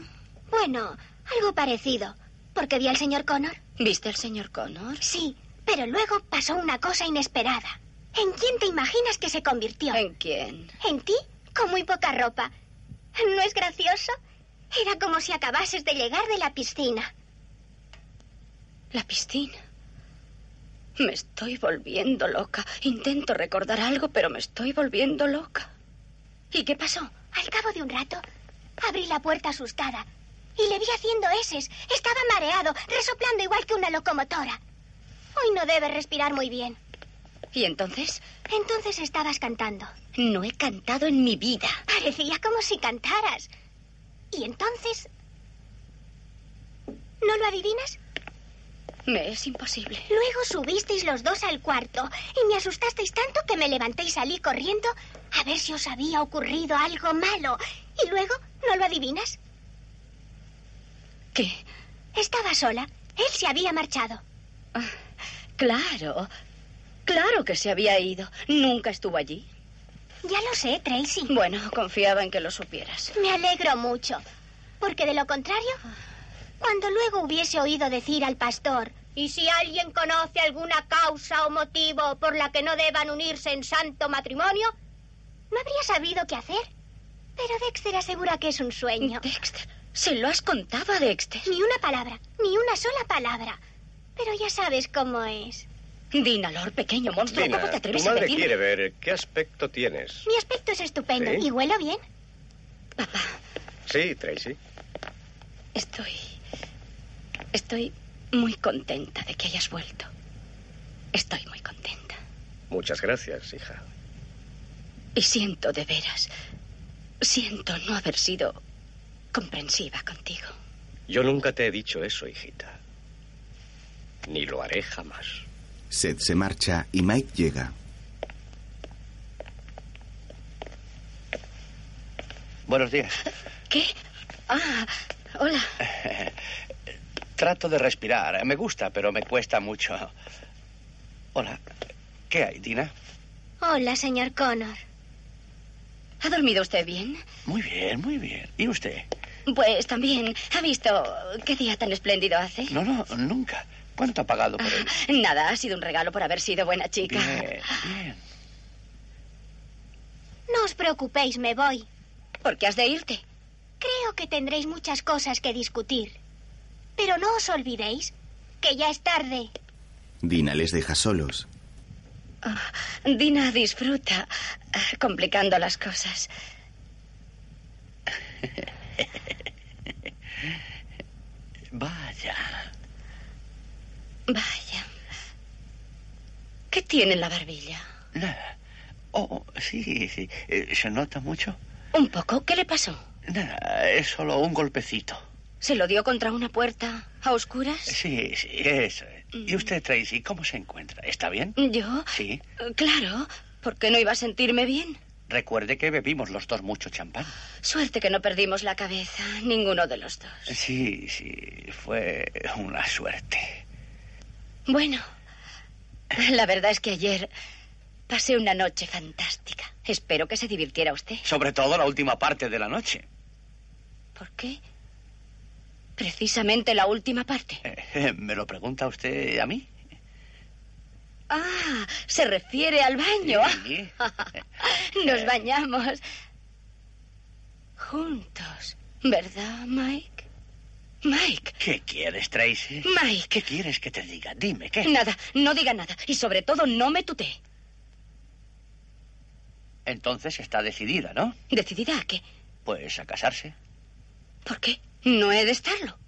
Bueno, algo parecido. Porque vi al señor Connor. ¿Viste al señor Connor? Sí, pero luego pasó una cosa inesperada. ¿En quién te imaginas que se convirtió? ¿En quién? ¿En ti? Con muy poca ropa. ¿No es gracioso? Era como si acabases de llegar de la piscina. ¿La piscina? Me estoy volviendo loca. Intento recordar algo, pero me estoy volviendo loca. ¿Y qué pasó? Al cabo de un rato, abrí la puerta asustada y le vi haciendo eses. Estaba mareado, resoplando igual que una locomotora. Hoy no debe respirar muy bien. ¿Y entonces? Entonces estabas cantando. No he cantado en mi vida. Parecía como si cantaras. ¿Y entonces? ¿No lo adivinas? Me es imposible. Luego subisteis los dos al cuarto y me asustasteis tanto que me levanté y salí corriendo a ver si os había ocurrido algo malo. Y luego, ¿no lo adivinas? ¿Qué? Estaba sola. Él se había marchado. Ah, claro. Claro que se había ido. Nunca estuvo allí. Ya lo sé, Tracy. Bueno, confiaba en que lo supieras. Me alegro mucho. Porque de lo contrario, cuando luego hubiese oído decir al pastor, y si alguien conoce alguna causa o motivo por la que no deban unirse en santo matrimonio, no habría sabido qué hacer. Pero Dexter asegura que es un sueño. Dexter, ¿se lo has contado a Dexter? Ni una palabra, ni una sola palabra. Pero ya sabes cómo es. Dina, Lord, pequeño monstruo, Dina, ¿cómo te atreves tu madre a decirme? quiere ver qué aspecto tienes. Mi aspecto es estupendo ¿Sí? y huelo bien. Papá, Sí, Tracy. estoy... Estoy muy contenta de que hayas vuelto. Estoy muy contenta. Muchas gracias, hija. Y siento de veras... Siento no haber sido comprensiva contigo. Yo nunca te he dicho eso, hijita. Ni lo haré jamás. Seth se marcha y Mike llega. Buenos días. ¿Qué? Ah, hola. Trato de respirar. Me gusta, pero me cuesta mucho. Hola. ¿Qué hay, Dina? Hola, señor Connor. ¿Ha dormido usted bien? Muy bien, muy bien. ¿Y usted? Pues también. ¿Ha visto qué día tan espléndido hace? No, no, nunca. ¿Cuánto ha pagado por él? Nada, ha sido un regalo por haber sido buena chica. Bien, bien. No os preocupéis, me voy. ¿Por qué has de irte? Creo que tendréis muchas cosas que discutir. Pero no os olvidéis que ya es tarde. Dina les deja solos. Ah, Dina disfruta ah, complicando las cosas. Vaya. Vaya. ¿Qué tiene en la barbilla? Nada. Oh, sí, sí. Eh, ¿Se nota mucho? Un poco. ¿Qué le pasó? Nada, es solo un golpecito. ¿Se lo dio contra una puerta a oscuras? Sí, sí, eso. es. ¿Y usted, Tracy, cómo se encuentra? ¿Está bien? ¿Yo? Sí. Claro, porque no iba a sentirme bien. Recuerde que bebimos los dos mucho champán. Suerte que no perdimos la cabeza, ninguno de los dos. Sí, sí, fue una suerte. Bueno, la verdad es que ayer pasé una noche fantástica. Espero que se divirtiera usted. Sobre todo la última parte de la noche. ¿Por qué? Precisamente la última parte. Eh, ¿Me lo pregunta usted a mí? Ah, se refiere al baño. Sí. Nos bañamos juntos, ¿verdad, Mike? Mike, ¿Qué quieres, Tracy? Mike. ¿Qué quieres que te diga? Dime, ¿qué? nada, no diga nada. Y sobre todo, no me tutee. Entonces está decidida, ¿no? ¿Decidida a qué? Pues a casarse. ¿Por qué? No he de estarlo.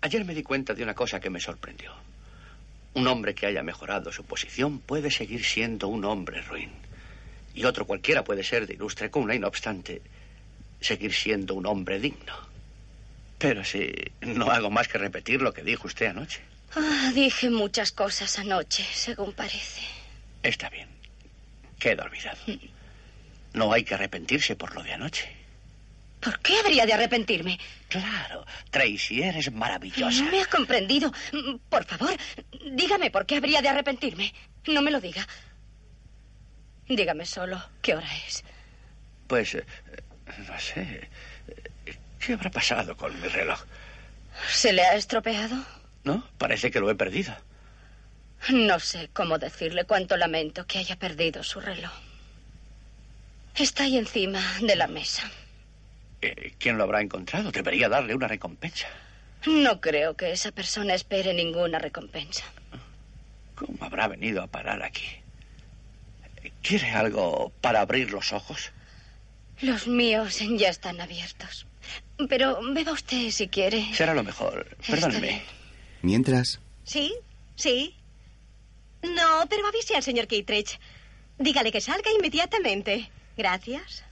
Ayer me di cuenta de una cosa que me sorprendió. Un hombre que haya mejorado su posición puede seguir siendo un hombre ruin. Y otro cualquiera puede ser de ilustre cuna y no obstante seguir siendo un hombre digno. Pero sí, no hago más que repetir lo que dijo usted anoche. Ah, dije muchas cosas anoche, según parece. Está bien. Queda olvidado. No hay que arrepentirse por lo de anoche. ¿Por qué habría de arrepentirme? Claro, Tracy, eres maravillosa. No me ha comprendido. Por favor, dígame por qué habría de arrepentirme. No me lo diga. Dígame solo qué hora es. Pues, eh, no sé. ¿Qué habrá pasado con mi reloj? ¿Se le ha estropeado? ¿No? Parece que lo he perdido. No sé cómo decirle cuánto lamento que haya perdido su reloj. Está ahí encima de la mesa. Eh, ¿Quién lo habrá encontrado? Debería darle una recompensa. No creo que esa persona espere ninguna recompensa. ¿Cómo habrá venido a parar aquí? ¿Quiere algo para abrir los ojos? Los míos ya están abiertos. Pero beba usted si quiere. Será lo mejor. Está Perdóneme. bien. Mientras, ¿Sí? ¿Sí? No, pero avise al señor Kittredge. Dígale que salga inmediatamente. Gracias.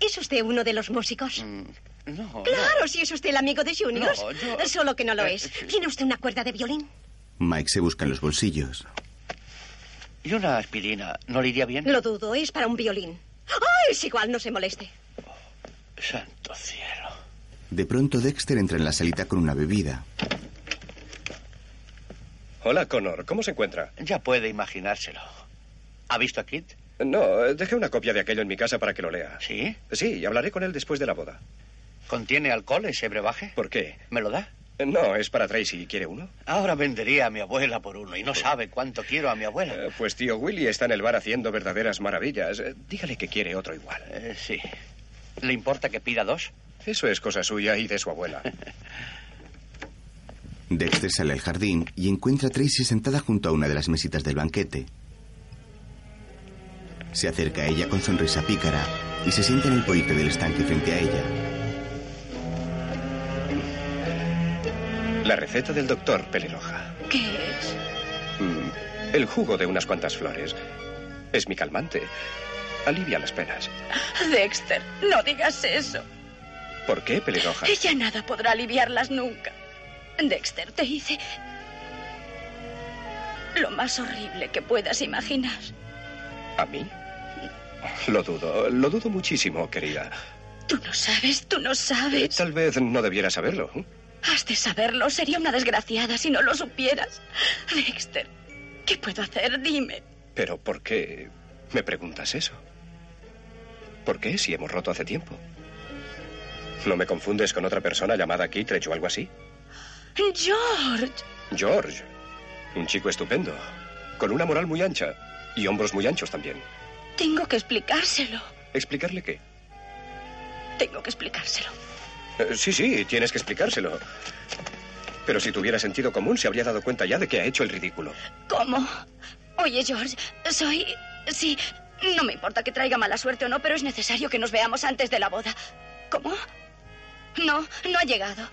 ¿Es usted uno de los músicos? Mm, No. Claro, si es usted el amigo de Juniors. No, yo- Solo que no lo Eh, es. ¿Tiene usted una cuerda de violín? Mike se busca en los bolsillos. ¿Y una aspirina no le iría bien? Lo dudo, es para un violín. ¡Ay, es igual, no se moleste! Santo cielo. De pronto, Dexter entra en la salita con una bebida. Hola, Connor. ¿Cómo se encuentra? Ya puede imaginárselo. ¿Ha visto a Kit? No, eh, dejé una copia de aquello en mi casa para que lo lea. ¿Sí? Sí, y hablaré con él después de la boda. ¿Contiene alcohol ese brebaje? ¿Por qué? Eh, ¿Me lo da? No, es para Tracy. ¿Quiere uno? Ahora vendería a mi abuela por uno y no sabe cuánto quiero a mi abuela. Eh, Pues tío Willy está en el bar haciendo verdaderas maravillas. Eh, Dígale que quiere otro igual. Eh, sí. ¿Le importa que pida dos? Eso es cosa suya y de su abuela. Dexter sale al jardín y encuentra a Tracy sentada junto a una de las mesitas del banquete. Se acerca a ella con sonrisa pícara y se sienta en el poite del estanque frente a ella. La receta del doctor Peleloja. ¿Qué es? Mm, El jugo de unas cuantas flores. Es mi calmante. Alivia las penas. Este- Dexter, no digas eso. ¿Por qué, Peleloja? Ya nada podrá aliviarlas nunca. Dexter, te hice lo más horrible que puedas imaginar. ¿A mí? Lo dudo, lo dudo muchísimo, querida. Tú no sabes, tú no sabes. Tal vez no debiera saberlo. Has de saberlo. Sería una desgraciada si no lo supieras. Dexter, ¿qué puedo hacer? Dime. Pero ¿por qué me preguntas eso? ¿Por qué si hemos roto hace tiempo? ¿No me confundes con otra persona llamada Kittredge o algo así? George. George, un chico estupendo, con una moral muy ancha y hombros muy anchos también. Tengo que explicárselo. ¿Explicarle qué? Tengo que explicárselo. Eh, sí, sí, tienes que explicárselo. Pero si tuviera sentido común, se habría dado cuenta ya de que ha hecho el ridículo. ¿Cómo? Oye, George, soy... Sí, no me importa que traiga mala suerte o no, pero es necesario que nos veamos antes de la boda. ¿Cómo? No, no ha llegado.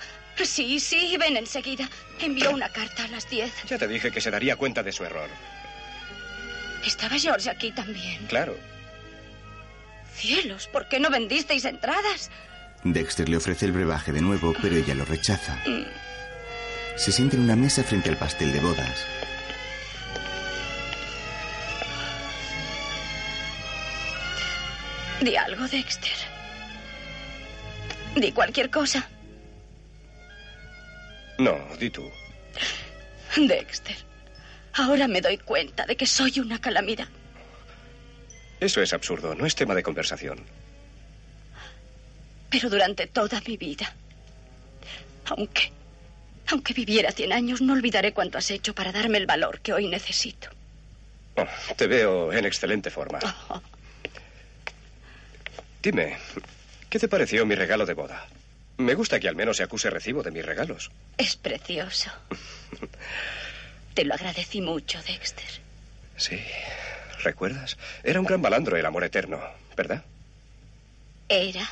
Sí, sí, ven enseguida. Envió una carta a las 10. Ya te dije que se daría cuenta de su error. Estaba George aquí también. Claro. Cielos, ¿por qué no vendisteis entradas? Dexter le ofrece el brebaje de nuevo, pero ella lo rechaza. Mm, Se sienta en una mesa frente al pastel de bodas. Di algo, Dexter. Di cualquier cosa. No, di tú. Dexter, ahora me doy cuenta de que soy una calamidad. Eso es absurdo, no es tema de conversación. Pero durante toda mi vida. Aunque. Aunque viviera 100 años, no olvidaré cuánto has hecho para darme el valor que hoy necesito. Oh, te veo en excelente forma. Dime, ¿qué te pareció mi regalo de boda? Me gusta que al menos se acuse recibo de mis regalos. Es precioso. Te lo agradecí mucho, Dexter. Sí, ¿recuerdas? Era un gran balandro el amor eterno, ¿verdad? Era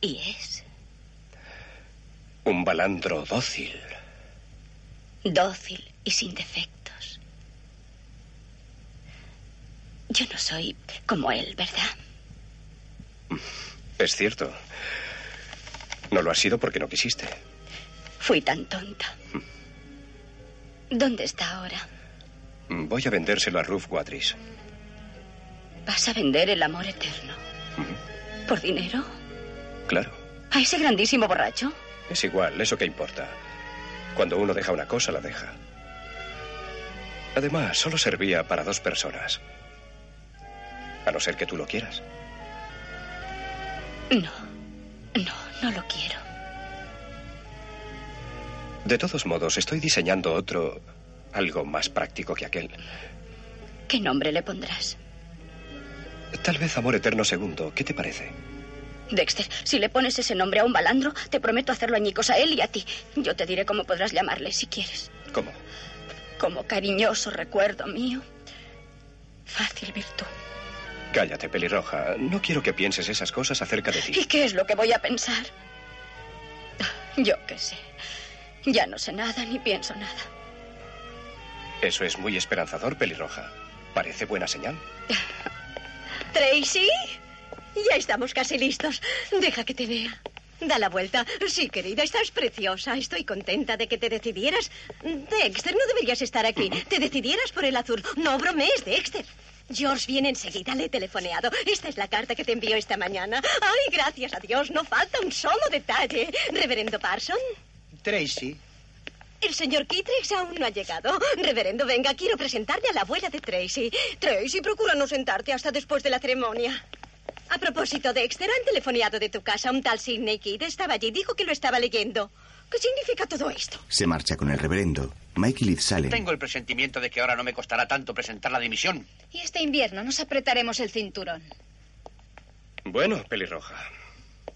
y es Un balandro dócil. dócil y sin defectos. Yo no soy como él, ¿verdad? Es cierto. No lo has sido porque no quisiste. Fui tan tonta. ¿Dónde está ahora? Voy a vendérselo a Ruth Watris. ¿Vas a vender el amor eterno? ¿Por dinero? Claro. ¿A ese grandísimo borracho? Es igual, eso que importa. Cuando uno deja una cosa, la deja. Además, solo servía para dos personas. A no ser que tú lo quieras. No, no, no lo quiero. De todos modos, estoy diseñando otro... algo más práctico que aquel. ¿Qué nombre le pondrás? Tal vez Amor Eterno Segundo. ¿Qué te parece? Dexter, si le pones ese nombre a un balandro, te prometo hacerlo añicos a él y a ti. Yo te diré cómo podrás llamarle si quieres. ¿Cómo? Como cariñoso recuerdo mío. Fácil virtud. Cállate, pelirroja. No quiero que pienses esas cosas acerca de ti. ¿Y qué es lo que voy a pensar? Yo qué sé. Ya no sé nada ni pienso nada. Eso es muy esperanzador, pelirroja. Parece buena señal. Tracy, ya estamos casi listos. Deja que te vea. Da la vuelta. Sí, querida, estás preciosa. Estoy contenta de que te decidieras. Dexter, no deberías estar aquí. Te decidieras por el azul. No bromees, Dexter. George viene enseguida, le he telefoneado. Esta es la carta que te envió esta mañana. Ay, gracias a Dios, no falta un solo detalle. Reverendo Parson, Tracy, el señor Kitrex aún no ha llegado. Reverendo, venga, quiero presentarle a la abuela de Tracy. Tracy, procura no sentarte hasta después de la ceremonia. A propósito, Dexter, han telefoneado de tu casa. Un tal Sidney Kidd estaba allí. Dijo que lo estaba leyendo. ¿Qué significa todo esto? Se marcha con el reverendo. Mike y Liz salen. Tengo el presentimiento de que ahora no me costará tanto presentar la dimisión. Y este invierno nos apretaremos el cinturón. Bueno, pelirroja.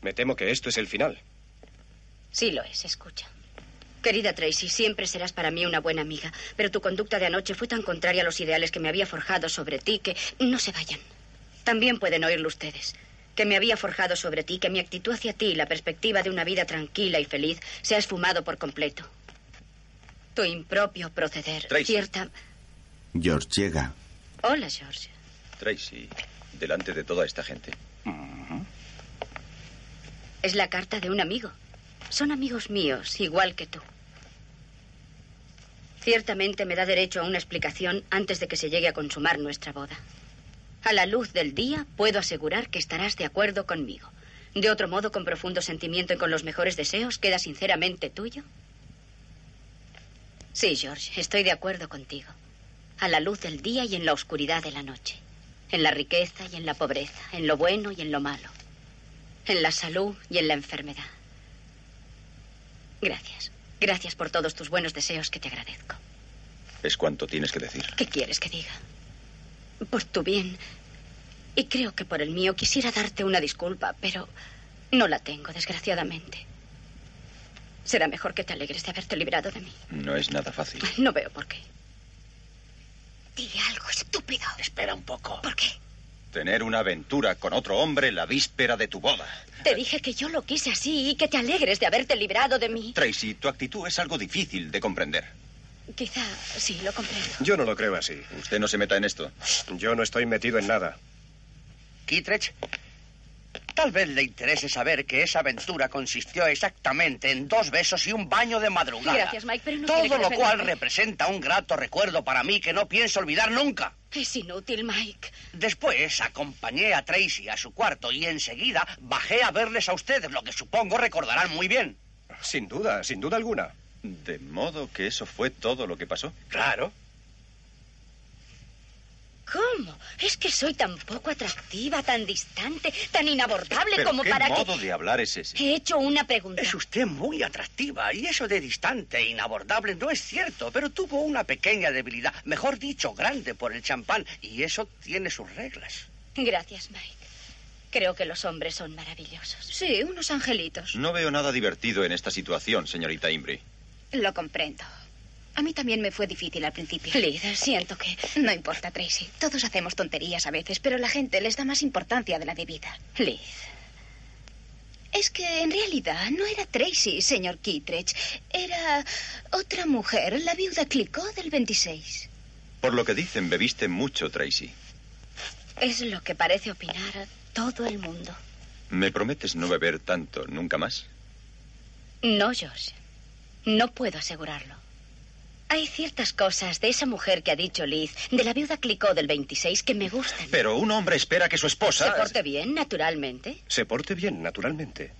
Me temo que esto es el final. Sí lo es, escucha. Querida Tracy, siempre serás para mí una buena amiga, pero tu conducta de anoche fue tan contraria a los ideales que me había forjado sobre ti que no se vayan. También pueden oírlo ustedes. Que me había forjado sobre ti, que mi actitud hacia ti y la perspectiva de una vida tranquila y feliz se ha esfumado por completo. Tu impropio proceder, cierta. George llega. Hola, George. Tracy, delante de toda esta gente. Es la carta de un amigo. Son amigos míos, igual que tú. Ciertamente me da derecho a una explicación antes de que se llegue a consumar nuestra boda. A la luz del día puedo asegurar que estarás de acuerdo conmigo. De otro modo, con profundo sentimiento y con los mejores deseos, queda sinceramente tuyo. Sí, George, estoy de acuerdo contigo. A la luz del día y en la oscuridad de la noche. En la riqueza y en la pobreza, en lo bueno y en lo malo. En la salud y en la enfermedad. Gracias. Gracias por todos tus buenos deseos que te agradezco. Es cuanto tienes que decir. ¿Qué quieres que diga? Por tu bien, y creo que por el mío, quisiera darte una disculpa, pero no la tengo, desgraciadamente. Será mejor que te alegres de haberte librado de mí. No es nada fácil. No veo por qué. Di algo estúpido. Espera un poco. ¿Por qué? Tener una aventura con otro hombre la víspera de tu boda. Te dije que yo lo quise así y que te alegres de haberte librado de mí. Tracy, tu actitud es algo difícil de comprender. Quizá sí, lo comprendo. Yo no lo creo así. Usted no se meta en esto. Yo no estoy metido en nada. Kittredge, tal vez le interese saber que esa aventura consistió exactamente en dos besos y un baño de madrugada. Gracias, Mike, pero no quiere Pues Todo que ¿eh? lo cual defenderme. representa un grato recuerdo para mí que no pienso olvidar nunca. Es inútil, Mike. Después acompañé a Tracy a su cuarto y enseguida bajé a verles a ustedes, lo que supongo recordarán muy bien. Sin duda, sin duda alguna. De modo que eso fue todo lo que pasó. Claro. ¿Cómo? Es que soy tan poco atractiva, tan distante, tan inabordable Pero como ¿Qué para modo que... de hablar es ese? He hecho una pregunta. Es usted muy atractiva y eso de distante e inabordable no es cierto, pero tuvo una pequeña debilidad, mejor dicho, grande por el champán y eso tiene sus reglas. Gracias, Mike. Creo que los hombres son maravillosos. Sí, unos angelitos. No veo nada divertido en esta situación, señorita Imbri. Lo comprendo. A mí también me fue difícil al principio. Liz, siento que... No importa, Tracy. Todos hacemos tonterías a veces, pero la gente les da más importancia de la debida. Liz, Es que en realidad no era Tracy, señor Kittredge. Era otra mujer, la viuda Clicó del 26. Por lo que dicen, bebiste mucho, Tracy. Es lo que parece opinar a todo el mundo. ¿Me prometes no beber tanto nunca más? No, Josh. No puedo asegurarlo. Hay ciertas cosas de esa mujer que ha dicho Liz, de la viuda Clicó del 26, que me gustan. Pero un hombre espera que su esposa... Se porte bien, naturalmente. se porte bien, naturalmente.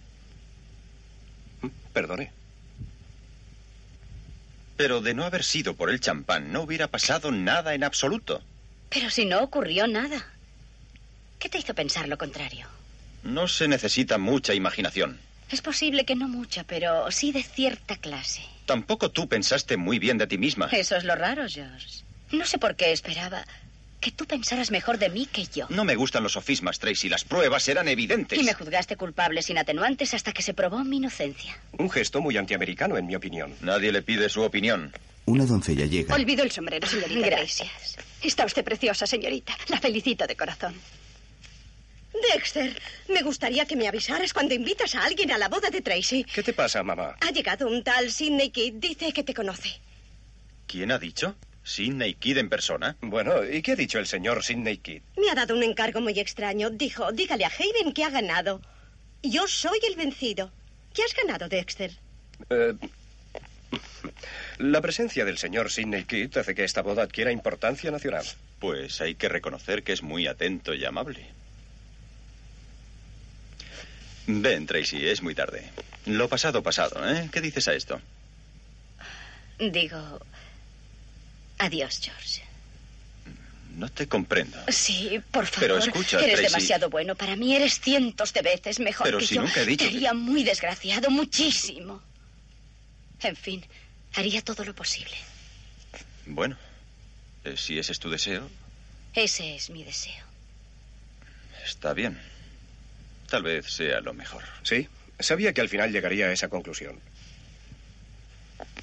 Mm, Perdone. Pero de no haber sido por el champán, no hubiera pasado nada en absoluto. Pero si no ocurrió nada. ¿Qué te hizo pensar lo contrario? No se necesita mucha imaginación. Es posible que no mucha, pero sí de cierta clase. Tampoco tú pensaste muy bien de ti misma. Eso es lo raro, George. No sé por qué esperaba que tú pensaras mejor de mí que yo. No me gustan los sofismas, Tracy. Las pruebas eran evidentes. Y me juzgaste culpable sin atenuantes hasta que se probó mi inocencia. Un gesto muy antiamericano, en mi opinión. Nadie le pide su opinión. Una doncella llega. Olvido el sombrero, señorita. Gracias. Está usted preciosa, señorita. La felicito de corazón. Dexter, me gustaría que me avisaras cuando invitas a alguien a la boda de Tracy. ¿Qué te pasa, mamá? Ha llegado un tal Sidney Kidd. Dice que te conoce. ¿Quién ha dicho? ¿Sidney Kid en persona? Bueno, ¿y qué ha dicho el señor Sidney Kidd? Me ha dado un encargo muy extraño. Dijo, dígale a Hayden que ha ganado. Yo soy el vencido. ¿Qué has ganado, Dexter? Eh, la presencia del señor Sidney Kidd hace que esta boda adquiera importancia nacional. Pues hay que reconocer que es muy atento y amable. Ven, Tracy, es muy tarde. Lo pasado, pasado, ¿eh? ¿Qué dices a esto? Digo. Adiós, George. No te comprendo. Sí, por favor. Pero escucha, Eres Tracy. demasiado bueno para mí. Eres cientos de veces mejor Pero que si yo. nunca he dicho Te que- haría muy desgraciado, muchísimo. En fin, haría todo lo posible. Bueno, eh, si ese es tu deseo, Ese es mi deseo. está bien. Tal vez sea lo mejor. Sí, sabía que al final llegaría a esa conclusión.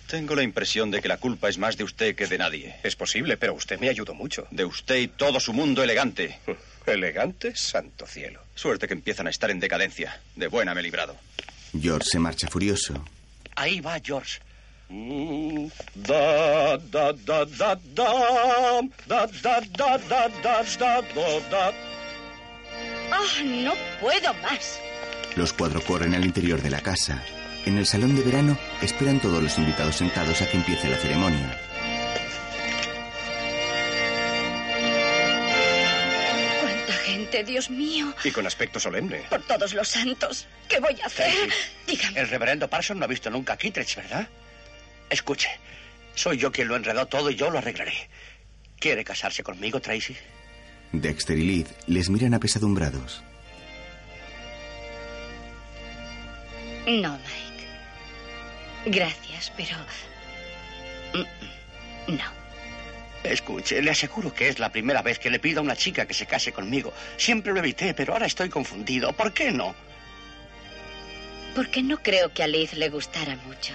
Tengo la impresión de que la culpa es más de usted que de nadie. Es posible, pero usted me ayudó mucho. De usted y todo su mundo elegante. ¿Elegante? Santo cielo. Suerte que empiezan a estar en decadencia. De buena me he librado. George se marcha furioso. Ahí va George. Mm. Da, da, da, da, da, da, da, da, da, da, da, do, da. ¡Ah, no puedo más! Los cuatro corren al interior de la casa. En el salón de verano esperan todos los invitados sentados a que empiece la ceremonia. ¡Cuánta gente, Dios mío! Y con aspecto solemne. Por todos los santos, ¿qué voy a hacer? Dígame. El reverendo Parson no ha visto nunca a Kittredge, ¿verdad? Escuche, soy yo quien lo enredó todo y yo lo arreglaré. ¿Quiere casarse conmigo, Tracy? Dexter y Liz les miran apesadumbrados. No, Mike. Gracias, pero. No. Escuche, le aseguro que es la primera vez que le pido a una chica que se case conmigo. Siempre lo evité, pero ahora estoy confundido. ¿Por qué no? Porque no creo que a Liz le gustara mucho.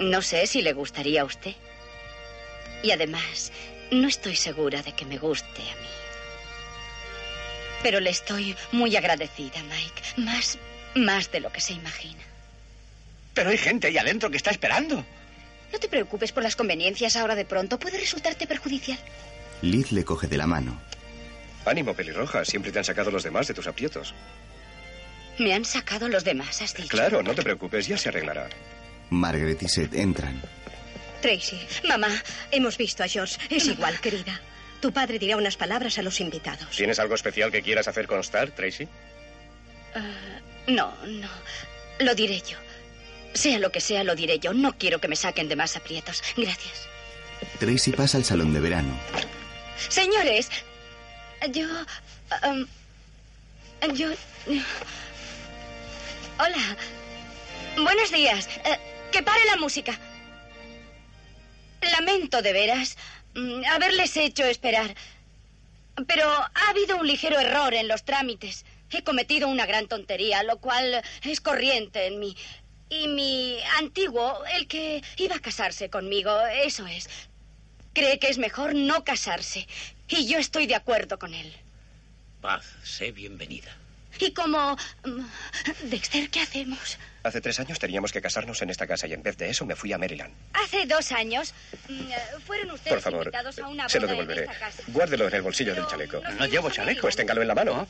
No sé si le gustaría a usted. Y además, no estoy segura de que me guste a mí. Pero le estoy muy agradecida, Mike. Más, más de lo que se imagina. Pero hay gente ahí adentro que está esperando. No te preocupes por las conveniencias ahora de pronto. Puede resultarte perjudicial. Liz le coge de la mano. Ánimo, pelirroja. Siempre te han sacado los demás de tus aprietos. Me han sacado los demás, has dicho. Claro, no te preocupes, ya se arreglará. Margaret y Seth entran. Tracy. Mamá, hemos visto a George. Es igual, querida. Tu padre dirá unas palabras a los invitados. ¿Tienes algo especial que quieras hacer constar, Tracy? Ah, no, no. Lo diré yo. Sea lo que sea, lo diré yo. No quiero que me saquen de más aprietos. Gracias. Tracy pasa al salón de verano. Señores, yo... um, yo... Hola. Buenos días. Eh, que pare la música. Lamento de veras mm, haberles hecho esperar. Pero ha habido un ligero error en los trámites. He cometido una gran tontería, lo cual es corriente en mí. Y mi antiguo, el que iba a casarse conmigo, eso es, cree que es mejor no casarse. Y yo estoy de acuerdo con él. Paz, sé bienvenida. Y como... mm, Dexter, ¿qué hacemos? Hace tres años teníamos que casarnos en esta casa y en vez de eso me fui a Maryland. Hace dos años mm, eh, fueron ustedes Por favor, eh, invitados a una se lo boda en devolveré. esta casa. Guárdelo en el bolsillo del chaleco. No llevo chaleco. Pues téngalo en la mano.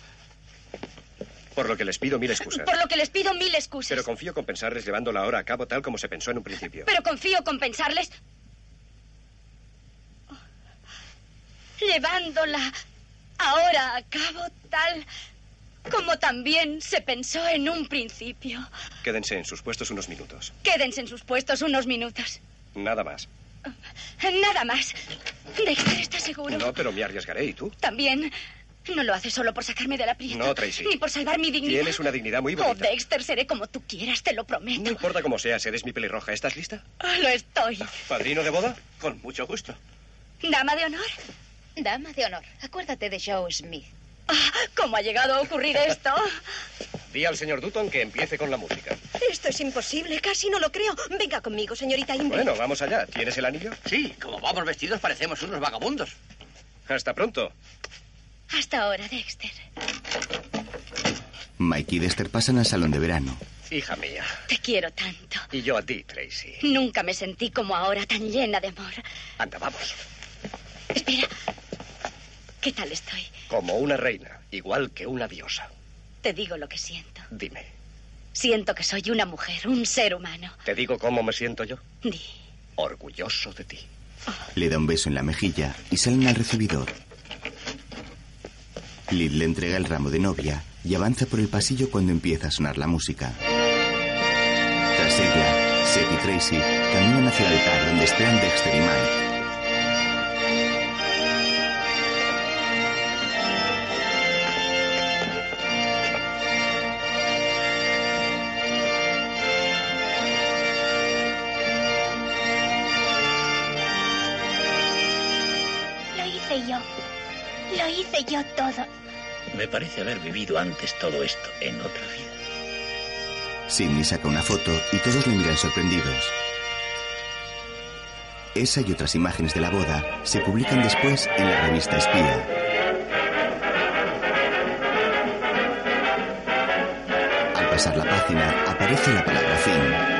Por lo que les pido mil excusas. Por lo que les pido mil excusas. Pero confío compensarles llevándola ahora a cabo tal como se pensó en un principio. Pero confío compensarles. Llevándola ahora a cabo tal como también se pensó en un principio. Quédense en sus puestos unos minutos. Quédense en sus puestos unos minutos. Nada más. Nada más. Dexter, ¿estás seguro? No, pero me arriesgaré. ¿Y tú? También. No lo hace solo por sacarme del aprieto. No, Tracy. Ni por salvar mi dignidad. Tienes una dignidad muy Oh, bonita. Dexter, seré como tú quieras, te lo prometo. No importa cómo seas, eres mi pelirroja. ¿Estás lista? Ah, Lo estoy. ¿Padrino de boda? Con mucho gusto. Dama de honor. Dama de honor, acuérdate de Joe Smith. Ah, ¿Cómo ha llegado a ocurrir esto? Di al señor Dutton que empiece con la música. Esto es imposible, casi no lo creo. Venga conmigo, señorita Ingrid. Bueno, vamos allá. ¿Tienes el anillo? Sí, como vamos vestidos parecemos unos vagabundos. Hasta pronto. Hasta ahora, Dexter. Mike y Dexter pasan al salón de verano. Hija mía. Te quiero tanto. Y yo a ti, Tracy. Nunca me sentí como ahora, tan llena de amor. Anda, vamos. Espera. ¿Qué tal estoy? Como una reina, igual que una diosa. Te digo lo que siento. Dime, Siento que soy una mujer, un ser humano. ¿te digo cómo me siento yo? Di. Orgulloso de ti. Le da un beso en la mejilla y salen al recibidor. Lid le entrega el ramo de novia y avanza por el pasillo cuando empieza a sonar la música. Tras ella, Seth y Tracy caminan hacia el altar donde esperan Dexter y Mike. Lo hice yo. Lo hice yo todo. Me parece haber vivido antes todo esto en otra vida. Sidney saca una foto y todos le miran sorprendidos. Esa y otras imágenes de la boda se publican después en la revista Espía. Al pasar la página aparece la palabra fin.